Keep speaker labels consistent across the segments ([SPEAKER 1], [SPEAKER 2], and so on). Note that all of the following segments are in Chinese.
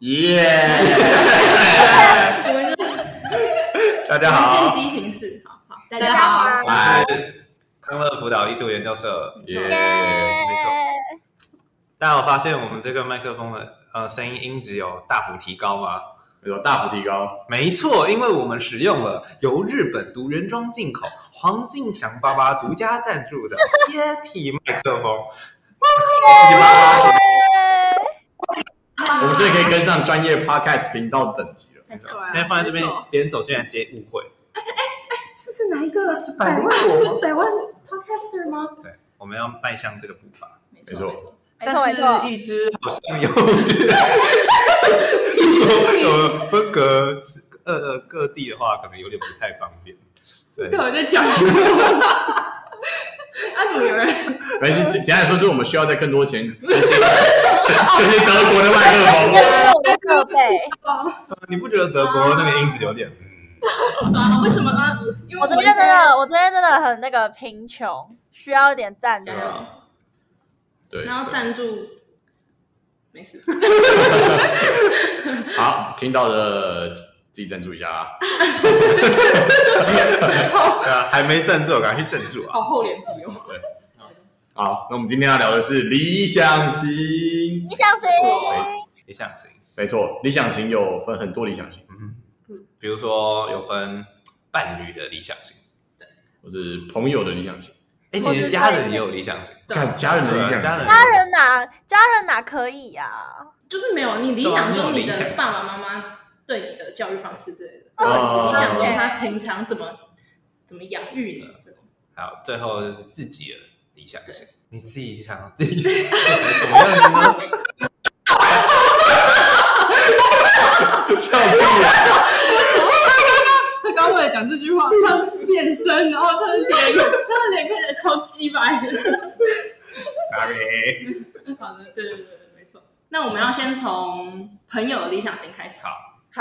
[SPEAKER 1] 耶！
[SPEAKER 2] 我们就是
[SPEAKER 1] 大家
[SPEAKER 2] 见
[SPEAKER 1] 好，
[SPEAKER 2] 机行事，好好，大
[SPEAKER 3] 大
[SPEAKER 2] 家
[SPEAKER 3] 家
[SPEAKER 2] 好，
[SPEAKER 3] 好，
[SPEAKER 1] 来康乐辅导艺术研究社。
[SPEAKER 2] 没错
[SPEAKER 1] 耶
[SPEAKER 3] 耶
[SPEAKER 1] 没错。大家有发现我们这个麦克风的呃声音音质有大幅提高吗？
[SPEAKER 4] 有大幅提高。
[SPEAKER 1] 没错，因为我们使用了 由日本独原装进口、黄金祥爸爸独家赞助的 液体麦克风。谢谢爸爸。
[SPEAKER 4] 我们这可以跟上专业 podcast 频道的等级了。
[SPEAKER 2] 没错，啊
[SPEAKER 1] 现在放在这边
[SPEAKER 2] 没错，哎
[SPEAKER 1] 别人走进来直接误会。
[SPEAKER 2] 是是哪一个
[SPEAKER 1] 是百万我
[SPEAKER 2] 百万 podcaster 吗？
[SPEAKER 1] 对，我们要迈向这个步伐。
[SPEAKER 2] 没
[SPEAKER 4] 没错
[SPEAKER 2] 错没错，
[SPEAKER 3] 没错没错
[SPEAKER 1] 但是，一只好像有有有分隔呃各地的话，可能有点不太方便。对
[SPEAKER 2] 对，我在讲什么？ 啊，怎么有人？
[SPEAKER 4] 而且简简单来说，就是我们需要在更多钱，这些这些德国的麦克风。
[SPEAKER 3] 我的设备，
[SPEAKER 2] 啊，
[SPEAKER 1] 你不觉得德国那个音质有点？嗯，
[SPEAKER 2] 为什么啊呢？因为
[SPEAKER 3] 我这边真的，我这边真的很那个贫穷，需要一点赞助
[SPEAKER 4] 对。啊，对。
[SPEAKER 2] 然后赞助，没事，
[SPEAKER 4] 对好，听到的自己赞助一下啊。
[SPEAKER 1] 对啊，还没赞助，赶快去赞助啊！
[SPEAKER 2] 好厚脸皮哦。
[SPEAKER 4] 好，那我们今天要聊的是理想型。
[SPEAKER 3] 你想谁？
[SPEAKER 1] 理想型，
[SPEAKER 4] 没错，理想型有分很多理想型，
[SPEAKER 1] 嗯，比如说有分伴侣的理想型，
[SPEAKER 4] 或是朋友的理想型，
[SPEAKER 1] 哎，其实家人也有理想型，
[SPEAKER 2] 对啊
[SPEAKER 4] 看家人的理想
[SPEAKER 1] 家人
[SPEAKER 4] 型。
[SPEAKER 3] 家人哪？家人哪可以啊呀？
[SPEAKER 2] 就是没有你理想中你
[SPEAKER 1] 对啊没有理
[SPEAKER 2] 的
[SPEAKER 1] 想
[SPEAKER 2] 爸爸妈妈对你的教育方式之类的，
[SPEAKER 3] 哦
[SPEAKER 1] 啊
[SPEAKER 2] 或者是理
[SPEAKER 4] 是
[SPEAKER 2] 想中
[SPEAKER 4] 哦
[SPEAKER 2] 他平常怎么怎么养育你这种。
[SPEAKER 1] 好，最后就是自己的理想型，你自己想要自己什么样子呢？
[SPEAKER 4] 笑屁啊！
[SPEAKER 2] 他刚为了讲这句话，他变身，然后他的脸，他的脸看起来超鸡白。
[SPEAKER 4] 哪里？
[SPEAKER 2] 好的，对对对对，没错。那我们要先从朋友的理想型开始。
[SPEAKER 1] 好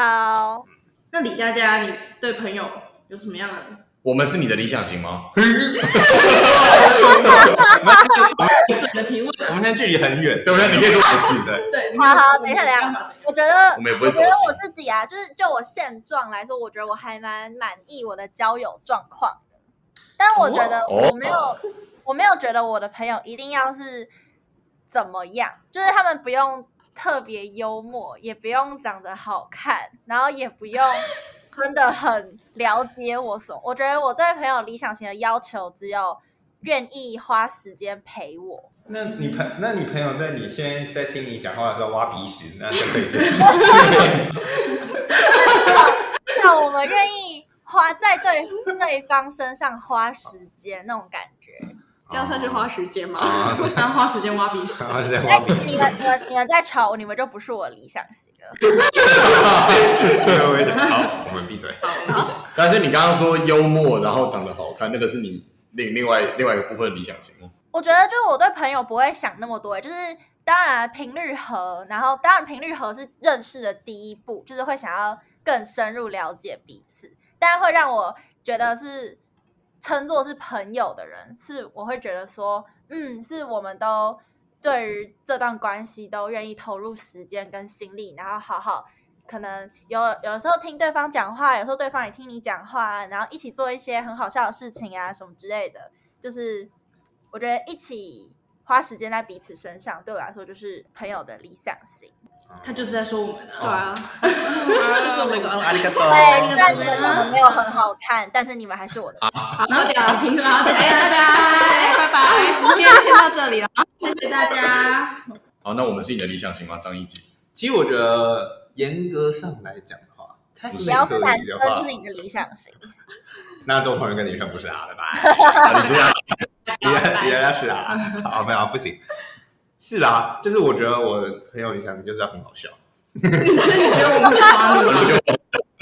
[SPEAKER 3] 好，
[SPEAKER 2] 那李佳佳，你对朋友有什么样的？
[SPEAKER 4] 我们是你的理想型吗？
[SPEAKER 2] 准的提问
[SPEAKER 1] 我
[SPEAKER 2] 啊？
[SPEAKER 1] 们现在距离很远，
[SPEAKER 4] 对不对？你可以说我是 对，
[SPEAKER 2] 对，你
[SPEAKER 3] 好好
[SPEAKER 2] 有
[SPEAKER 3] 等一下等一下
[SPEAKER 2] 办法怎样
[SPEAKER 3] 我觉得
[SPEAKER 4] 我，们也不
[SPEAKER 3] 我
[SPEAKER 4] 会
[SPEAKER 3] 觉
[SPEAKER 4] 走
[SPEAKER 3] 得
[SPEAKER 4] 心
[SPEAKER 3] 我。自己啊，就是就我现状来说，我觉得我还蛮满意我的交友状况的。但我觉得
[SPEAKER 4] 哦
[SPEAKER 3] 我没有，我没有觉得我的朋友一定要是怎么样，就是他们不用特别幽默，也不用长得好看，然后也 不用真的很了解我所。我觉得我对朋友理想型的要求只有愿意花时间陪我。
[SPEAKER 1] 那你朋，那你朋友在你现在在听你讲话的时候挖鼻屎，那就可以这
[SPEAKER 3] 那我们愿意花在对对方身上花时间那种感觉。
[SPEAKER 2] 这样算是花时 间吗？
[SPEAKER 1] 啊，
[SPEAKER 2] 那花时间挖鼻屎
[SPEAKER 1] 然。后是在挖
[SPEAKER 3] 哎
[SPEAKER 1] 鼻，屎，
[SPEAKER 3] 你们你们你们在吵我，你们就不是我理想型了。
[SPEAKER 1] 我也想好，我们闭嘴。
[SPEAKER 2] 好，
[SPEAKER 4] 但是你刚刚说幽默，然后长得好看，那个是你另另外另外一个部分的理想型吗？
[SPEAKER 3] 我觉得就是我对朋友不会想那么多，欸就是当然频率合，然后当然频率合是认识的第一步，就是会想要更深入了解彼此，但会让我觉得是称作是朋友的人，是我会觉得说，嗯，是我们都对于这段关系都愿意投入时间跟心力，然后好好。可能有有的时候听对方讲话，有时候对方也听你讲话，啊然后一起做一些很好笑的事情啊什么之类的。就是我觉得一起花时间在彼此身上，对我来说就是朋友的理想型。
[SPEAKER 2] 他就是在说我们啊。
[SPEAKER 1] 对啊，
[SPEAKER 2] 就是我们
[SPEAKER 1] 阿里嘎多。
[SPEAKER 3] 对，
[SPEAKER 2] 那
[SPEAKER 3] 虽然
[SPEAKER 2] 个
[SPEAKER 3] 你
[SPEAKER 2] 男
[SPEAKER 3] 们
[SPEAKER 2] 的
[SPEAKER 3] 长得没有很好看，但是你们还是我的。
[SPEAKER 2] 好，然后等下评论啊，大家拜拜拜 拜，今天先到这里了，谢谢大 家。
[SPEAKER 4] 好，那我们是你的理想型吗？张一杰，
[SPEAKER 1] 其实我觉得严格上来讲的话，他
[SPEAKER 4] 不
[SPEAKER 3] 只要
[SPEAKER 1] 可
[SPEAKER 3] 是
[SPEAKER 1] 以
[SPEAKER 3] 男
[SPEAKER 1] 的
[SPEAKER 3] 生，
[SPEAKER 1] 话
[SPEAKER 3] 就是，你的理想型。
[SPEAKER 1] 那这种朋友跟女生不是啊，拜拜。
[SPEAKER 4] 啊，你这样，
[SPEAKER 1] 原来原来是啊，好没有不行，是啦，就是我觉得我的朋友理想就是要很好笑，
[SPEAKER 2] 你觉得我们夸你 吗？
[SPEAKER 1] 我觉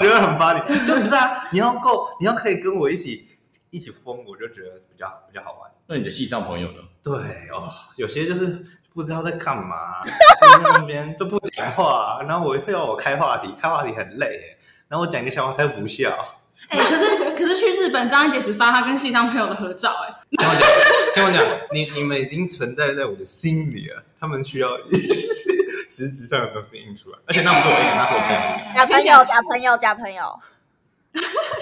[SPEAKER 1] 得很 funny，就不是啊，你要够，你要可以跟我一起一起疯，我就觉得比较比较好玩。
[SPEAKER 4] 那你的系上朋友呢？
[SPEAKER 1] 对哦，有些就是不知道在干嘛， 就在那边都不讲话，然后我会要我开话题，开话题很累耶，然后我讲一个笑话他又不笑。
[SPEAKER 2] 哎、可是可是去日本，张一姐只发她跟戏上朋友的合照、哎，
[SPEAKER 1] 听我讲，听我讲，你你们已经存在在我的心里了，他们需要实质上的东西印出来，而且那不是我印的，那是我朋友印的。
[SPEAKER 3] 假朋友，假朋友，假朋友。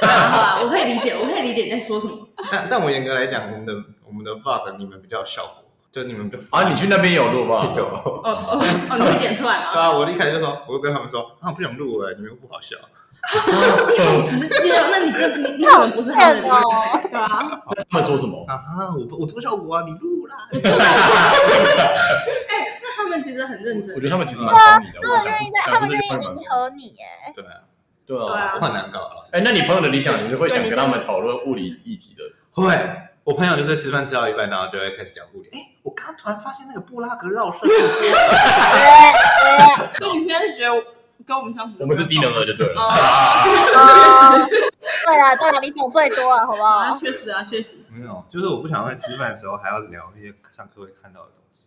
[SPEAKER 2] 好啊好啊，我可以理解，我可以理解你在说什么。
[SPEAKER 1] 但但我严格来讲，我们的我们的 vlog 你们比较有效果，就你们比较
[SPEAKER 4] 啊，你去那边有录 吧？
[SPEAKER 1] 有。
[SPEAKER 2] 哦哦哦，你会剪出来
[SPEAKER 1] 对
[SPEAKER 2] 吗？
[SPEAKER 1] 啊，我一开始就说，我就跟他们说，啊，我不想录了，你们又不好笑。
[SPEAKER 2] 好直接哦，那你这你你可能不是他们的
[SPEAKER 3] 哦
[SPEAKER 2] 那个，
[SPEAKER 3] 对啊，
[SPEAKER 4] 他们说什么？
[SPEAKER 1] 啊，我不我做效果啊，你录啦。
[SPEAKER 2] 哎，那他们其实很认真
[SPEAKER 4] 我觉。得他们其实蛮帮你的。
[SPEAKER 3] 他
[SPEAKER 4] 我
[SPEAKER 3] 们
[SPEAKER 4] 讲
[SPEAKER 3] 愿意在，
[SPEAKER 4] 讲
[SPEAKER 3] 啊他
[SPEAKER 4] 出
[SPEAKER 3] 们
[SPEAKER 4] 这
[SPEAKER 3] 愿
[SPEAKER 4] 句
[SPEAKER 3] 意
[SPEAKER 4] 话蛮
[SPEAKER 3] 迎合你，哎，
[SPEAKER 1] 对啊，
[SPEAKER 4] 对
[SPEAKER 2] 对
[SPEAKER 4] 啊。
[SPEAKER 2] 啊，
[SPEAKER 1] 很难搞啊，老师。
[SPEAKER 4] 哎，那你朋友的理想，你是会想跟他们讨论物理议题的？
[SPEAKER 1] 会，我朋友就是吃饭吃到一半，然后就会开始讲物理。哎，我刚刚突然发现那个布拉格绕射，
[SPEAKER 3] 对
[SPEAKER 2] 所以你现在是觉得我跟我们相处，
[SPEAKER 4] 我们是低能儿就对了。
[SPEAKER 2] 哦，
[SPEAKER 3] 哦对啊，对啊，你懂最多了，好不
[SPEAKER 2] 啊，
[SPEAKER 3] 好？
[SPEAKER 2] 确实啊，确实。
[SPEAKER 1] 没有，就是我不想在吃饭的时候还要聊那些上课会看到的东西。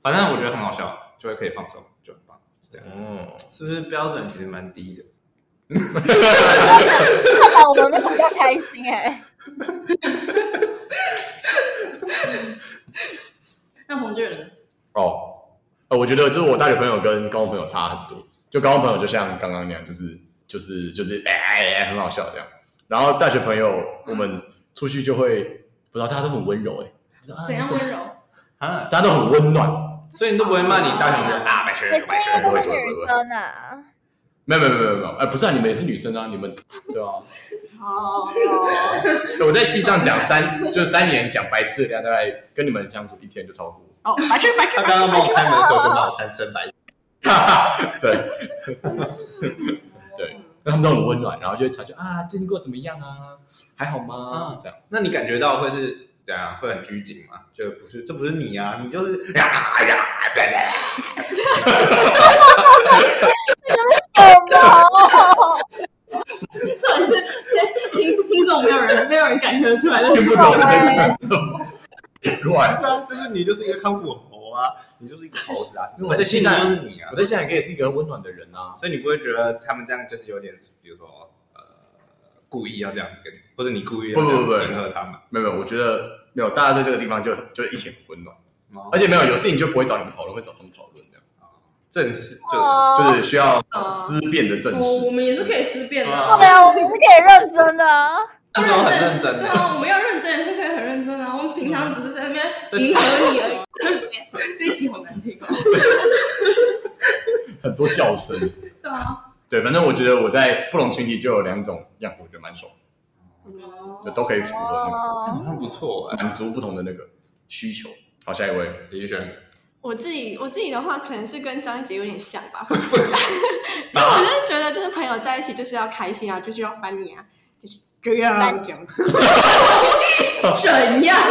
[SPEAKER 1] 反正我觉得很好笑，就会可以放松，就很棒，是这样。
[SPEAKER 4] 哦，
[SPEAKER 1] 是不是标准其实蛮低的？
[SPEAKER 3] 看到我们那比较开心哎，
[SPEAKER 2] 那红俊人呢，
[SPEAKER 4] 哦，呃，我觉得就是我大学朋友跟高中朋友差很多。就高中朋友就像刚刚那样，就是就是就是哎哎哎，很好笑这样。然后大学朋友，我们出去就会不知道大家都很温柔哎、就是啊
[SPEAKER 2] 怎样温柔？
[SPEAKER 1] 啊，
[SPEAKER 4] 大家都很温暖。
[SPEAKER 1] 所以你都不会骂你大学同学啊，白痴
[SPEAKER 3] 也是
[SPEAKER 1] 白痴
[SPEAKER 3] 因为都是女生啊。
[SPEAKER 4] 没有没有没有没有没有，哎、不是啊，你们也是女生啊，你们对啊。
[SPEAKER 3] 哦，
[SPEAKER 4] 我在戏上讲三，就是三年讲白痴的量，大概跟你们相处一天就超过。
[SPEAKER 3] 哦，白痴白痴
[SPEAKER 1] 他刚刚帮我开门的时候就骂我三声白痴，
[SPEAKER 4] 对， 对，那他们都很温暖，然后就会察觉啊，最近过得怎么样啊？还好吗？
[SPEAKER 1] 嗯
[SPEAKER 4] 这样，
[SPEAKER 1] 那你感觉到会是怎样？会很拘谨吗？就不是，这不是你啊，你就是呀呀，拜拜。
[SPEAKER 3] 什么？
[SPEAKER 2] 这也是先听听众没有人没有人感觉出来的，
[SPEAKER 4] 听 不懂你在讲什么，奇 怪。
[SPEAKER 1] 是啊，就是你就是一个康复猴啊，你就是一个猴子啊，
[SPEAKER 4] 因为
[SPEAKER 1] 而
[SPEAKER 4] 我
[SPEAKER 1] 且
[SPEAKER 4] 在
[SPEAKER 1] 心
[SPEAKER 4] 现
[SPEAKER 1] 里
[SPEAKER 4] 在
[SPEAKER 1] 就是你啊
[SPEAKER 4] 我，在现在可以是一个温暖的人啊，
[SPEAKER 1] 所以你不会觉得他们这样就是有点，比如说呃故意要这样子跟你，或者你故意要
[SPEAKER 4] 不不不
[SPEAKER 1] 这
[SPEAKER 4] 不
[SPEAKER 1] 样迎合他们。
[SPEAKER 4] 没有没有，我觉得没有，大家在这个地方就就一起很温暖，啊
[SPEAKER 1] 哦
[SPEAKER 4] 而且没有有事情就不会找你们讨论，会找他们讨论这样，
[SPEAKER 1] 正式就
[SPEAKER 3] 哦
[SPEAKER 4] 就，是需要思辨的正
[SPEAKER 2] 我我
[SPEAKER 4] 视。
[SPEAKER 2] 们也是可以思辨的
[SPEAKER 1] 哦
[SPEAKER 2] 啊。
[SPEAKER 3] 没有，我们是可以认真的啊。
[SPEAKER 1] 那时候很认真
[SPEAKER 2] 对
[SPEAKER 1] 的，
[SPEAKER 2] 啊，我们要认真也是可以很认真的啊。我们平常只是在那边迎合你而已。这一集好难听 哦。
[SPEAKER 4] 很多叫声。
[SPEAKER 2] 对啊，
[SPEAKER 4] 对，反正我觉得我在不同群体就有两种样子，我觉得蛮爽，嗯就都可以符合那
[SPEAKER 1] 这
[SPEAKER 3] 哦，
[SPEAKER 1] 好像不错
[SPEAKER 4] 个
[SPEAKER 1] 哎。
[SPEAKER 4] 满足不同的那个需求。好，下一位 李宇轩，
[SPEAKER 5] 我自己我自己的话，可能是跟张一杰有点像 吧。
[SPEAKER 4] 啊
[SPEAKER 5] 我就是觉得，就是朋友在一起就是要开心啊，就是要翻你啊，就是这样这样子，
[SPEAKER 2] 怎样？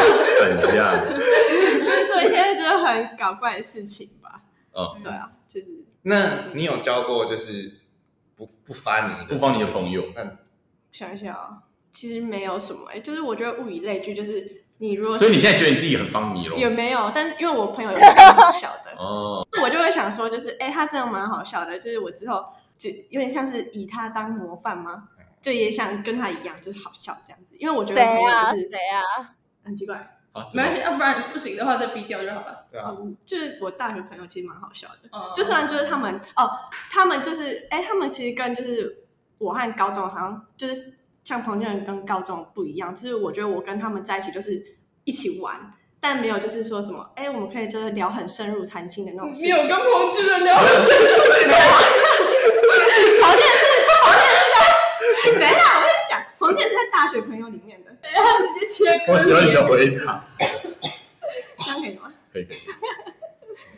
[SPEAKER 4] 怎样？
[SPEAKER 5] 就是做一些就是很搞怪的事情吧。
[SPEAKER 4] 嗯
[SPEAKER 5] 对啊，就是
[SPEAKER 1] 那你有交过就是不不发你的
[SPEAKER 4] 不帮你的朋友，
[SPEAKER 5] 想一想啊，其实没有什么、欸，就是我觉得物以类聚，就是你如果
[SPEAKER 4] 所以你现在觉得你自己很方迷咯？
[SPEAKER 5] 也没有，但是因为我朋友也蛮好笑的，
[SPEAKER 4] 哦，
[SPEAKER 5] 我就会想说，就是哎、诶他真的蛮好笑的，就是我之后就有点像是以他当模范吗？就也想跟他一样，就是好笑这样子。因为我觉得朋
[SPEAKER 3] 谁
[SPEAKER 5] 友
[SPEAKER 3] 啊？
[SPEAKER 5] 就是
[SPEAKER 3] 谁啊？
[SPEAKER 5] 很奇怪，
[SPEAKER 4] 啊，
[SPEAKER 2] 没关系，要不然不行的话再逼掉就好了。
[SPEAKER 1] 对啊，
[SPEAKER 5] 哦就是我大学朋友其实蛮好笑的，
[SPEAKER 2] 嗯，
[SPEAKER 5] 就虽然就是他们哦，他们就是哎、他们其实跟就是我和高中好像就是像彭俊仁跟高中不一样，就是我觉得我跟他们在一起就是一起玩。但没有，就是说什么，哎、我们可以就是聊很深入谈心的那种事
[SPEAKER 2] 你有
[SPEAKER 5] 情。
[SPEAKER 2] 跟彭志仁聊过？
[SPEAKER 5] 黄健是黄健是在，等一下，我跟你讲，黄健是在大学朋友里面的，
[SPEAKER 2] 他直接切割
[SPEAKER 4] 我喜欢你的回答，
[SPEAKER 5] 这样可以吗？
[SPEAKER 4] 可以可以。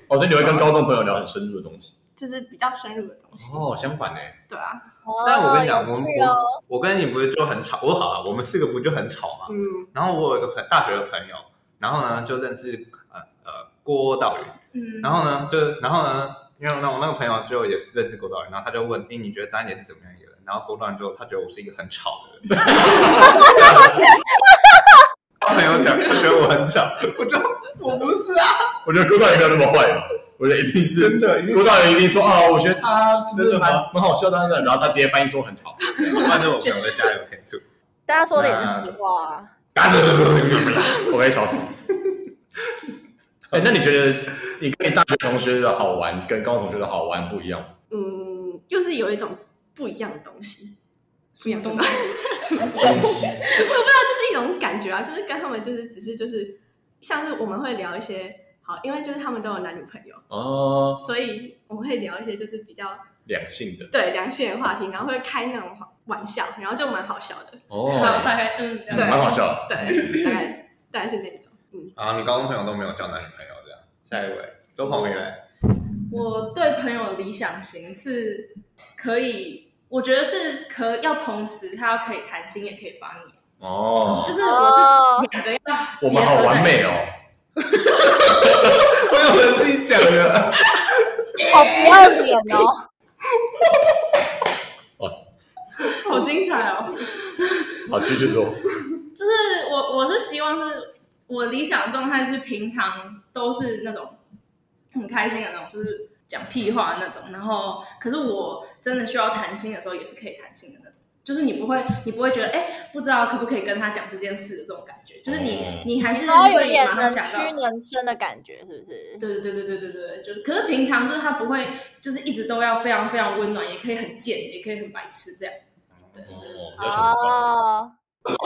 [SPEAKER 4] 哦，所以你会跟高中朋友聊很深入的东西。
[SPEAKER 5] 就是比较深入的东西，
[SPEAKER 4] 哦，相反呢，
[SPEAKER 1] 欸
[SPEAKER 5] 对啊，
[SPEAKER 1] 但我跟你讲，
[SPEAKER 3] 哦
[SPEAKER 1] 我们
[SPEAKER 3] 有趣哦
[SPEAKER 1] 我我跟你不是就很吵，我好啊了，我们四个不就很吵吗？
[SPEAKER 5] 嗯
[SPEAKER 1] 然后我有一个朋大学的朋友，然后呢就认识呃呃郭道宇，
[SPEAKER 2] 嗯，
[SPEAKER 1] 然后呢，就然后呢，因为那我那个朋友就也是认识郭导演，然后他就问，哎，你觉得张姐是怎么样一个人？然后郭导演就他觉得我是一个很吵的人。 他朋友讲，他觉得我很吵，我就我不是啊，
[SPEAKER 4] 我觉得郭大爷没有那么坏吧？我觉得一定是
[SPEAKER 1] 真的因为
[SPEAKER 4] 郭大爷一定说啊，我觉得他就是
[SPEAKER 1] 真的
[SPEAKER 4] 蛮
[SPEAKER 1] 吗
[SPEAKER 4] 蛮好笑的，然后他直接翻译说很吵。
[SPEAKER 1] 我发现我朋友在家有天醋。
[SPEAKER 3] 大家说的也是实话啊。
[SPEAKER 4] 我可以笑死。哎、那你觉得你跟你大学同学的好玩跟高中同学的好玩不一样吗？
[SPEAKER 5] 嗯，又是有一种不一样的东西，不一 样的
[SPEAKER 2] 东
[SPEAKER 5] 东
[SPEAKER 2] 西
[SPEAKER 5] 西，什么东 西？我不知道，就是一种感觉啊，就是跟他们就是只是就是像是我们会聊一些好，因为就是他们都有男女朋友，
[SPEAKER 4] 哦，
[SPEAKER 5] 所以我们会聊一些就是比较
[SPEAKER 4] 两性的
[SPEAKER 5] 对良性的话题，然后会开那种玩笑，然后就蛮好笑的，
[SPEAKER 2] 大
[SPEAKER 4] 哦，
[SPEAKER 2] 大概嗯，了
[SPEAKER 4] 嗯
[SPEAKER 2] 解
[SPEAKER 5] 对
[SPEAKER 4] 蛮好笑的。
[SPEAKER 5] 对，大概大概是那种，嗯，
[SPEAKER 1] 啊，你高中朋友都没有交男女朋友这样。下一位，周鹏宇来，
[SPEAKER 2] 我对朋友的理想型是可以，我觉得是可要同时他要可以谈心，也可以发你，
[SPEAKER 4] 哦
[SPEAKER 2] 就，是我是两个要
[SPEAKER 4] 我们好完美哦。
[SPEAKER 1] 我有人自己讲的，
[SPEAKER 3] 好不要脸哦！
[SPEAKER 2] 好精彩哦！
[SPEAKER 4] 好，继续说。
[SPEAKER 2] 就是我我是希望是我理想状态是平常都是那种很开心的那种，就是讲屁话的那种，然后可是我真的需要谈心的时候也是可以谈心的那种。就是你不会，你不会觉得，哎、不知道可不可以跟他讲这件事的这种感觉，就是你
[SPEAKER 4] 哦，
[SPEAKER 2] 你还是
[SPEAKER 3] 然后有
[SPEAKER 2] 会
[SPEAKER 3] 点
[SPEAKER 2] 马上
[SPEAKER 3] 能
[SPEAKER 2] 想到
[SPEAKER 3] 屈，能伸的感觉，是不是？
[SPEAKER 2] 对对对对对对对，就是，可是平常就是他不会，就是一直都要非常非常温暖，也可以很贱，也可以很白痴这样。
[SPEAKER 4] 哦，要求很高。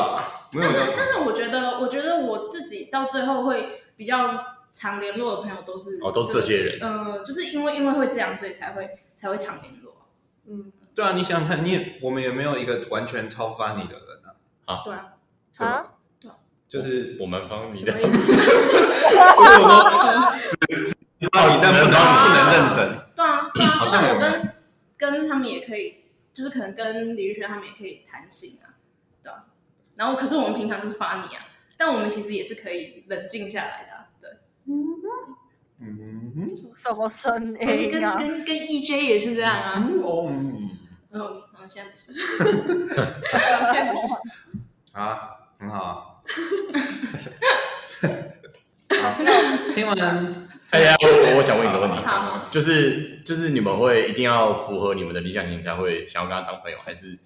[SPEAKER 3] 哦，
[SPEAKER 1] 没
[SPEAKER 2] 但
[SPEAKER 1] 有
[SPEAKER 2] 是
[SPEAKER 1] 交
[SPEAKER 2] 但是我觉得，我觉得我自己到最后会比较常联络的朋友都是
[SPEAKER 4] 哦都是这些人
[SPEAKER 2] 嗯、呃就是因为因为会这样，所以才会才会常联络。啊
[SPEAKER 5] 嗯，
[SPEAKER 1] 对啊，你想想看，你也我们也没有一个完全超发你的人啊，
[SPEAKER 2] 对啊，
[SPEAKER 3] 啊，
[SPEAKER 1] 就是
[SPEAKER 4] 我蛮方你
[SPEAKER 2] 什
[SPEAKER 5] 嗯
[SPEAKER 4] 的
[SPEAKER 2] 么，意思？
[SPEAKER 1] 是我
[SPEAKER 2] 对
[SPEAKER 1] 到你但不能不能认真，
[SPEAKER 2] 啊对啊，
[SPEAKER 1] 好
[SPEAKER 2] 就
[SPEAKER 1] 像
[SPEAKER 2] 是
[SPEAKER 1] 有
[SPEAKER 2] 我跟跟他们也可以，就是可能跟李玉轩他们也可以谈心啊，对啊。然后可是我们平常就是发你啊，但我们其实也是可以冷静下来的啊、对。
[SPEAKER 1] 嗯哼
[SPEAKER 3] 什么声
[SPEAKER 1] 哎
[SPEAKER 2] 跟跟
[SPEAKER 3] 音啊？
[SPEAKER 2] 跟跟 EJ 也是这样啊。
[SPEAKER 1] 嗯哦嗯
[SPEAKER 2] 嗯，嗯，现在不是。
[SPEAKER 1] 啊，很好啊。好听完
[SPEAKER 4] 哎呀，我我想问你个问题，
[SPEAKER 2] 好，
[SPEAKER 4] 就是就是你们会一定要符合你们的理想型才会想要跟他当朋友，还是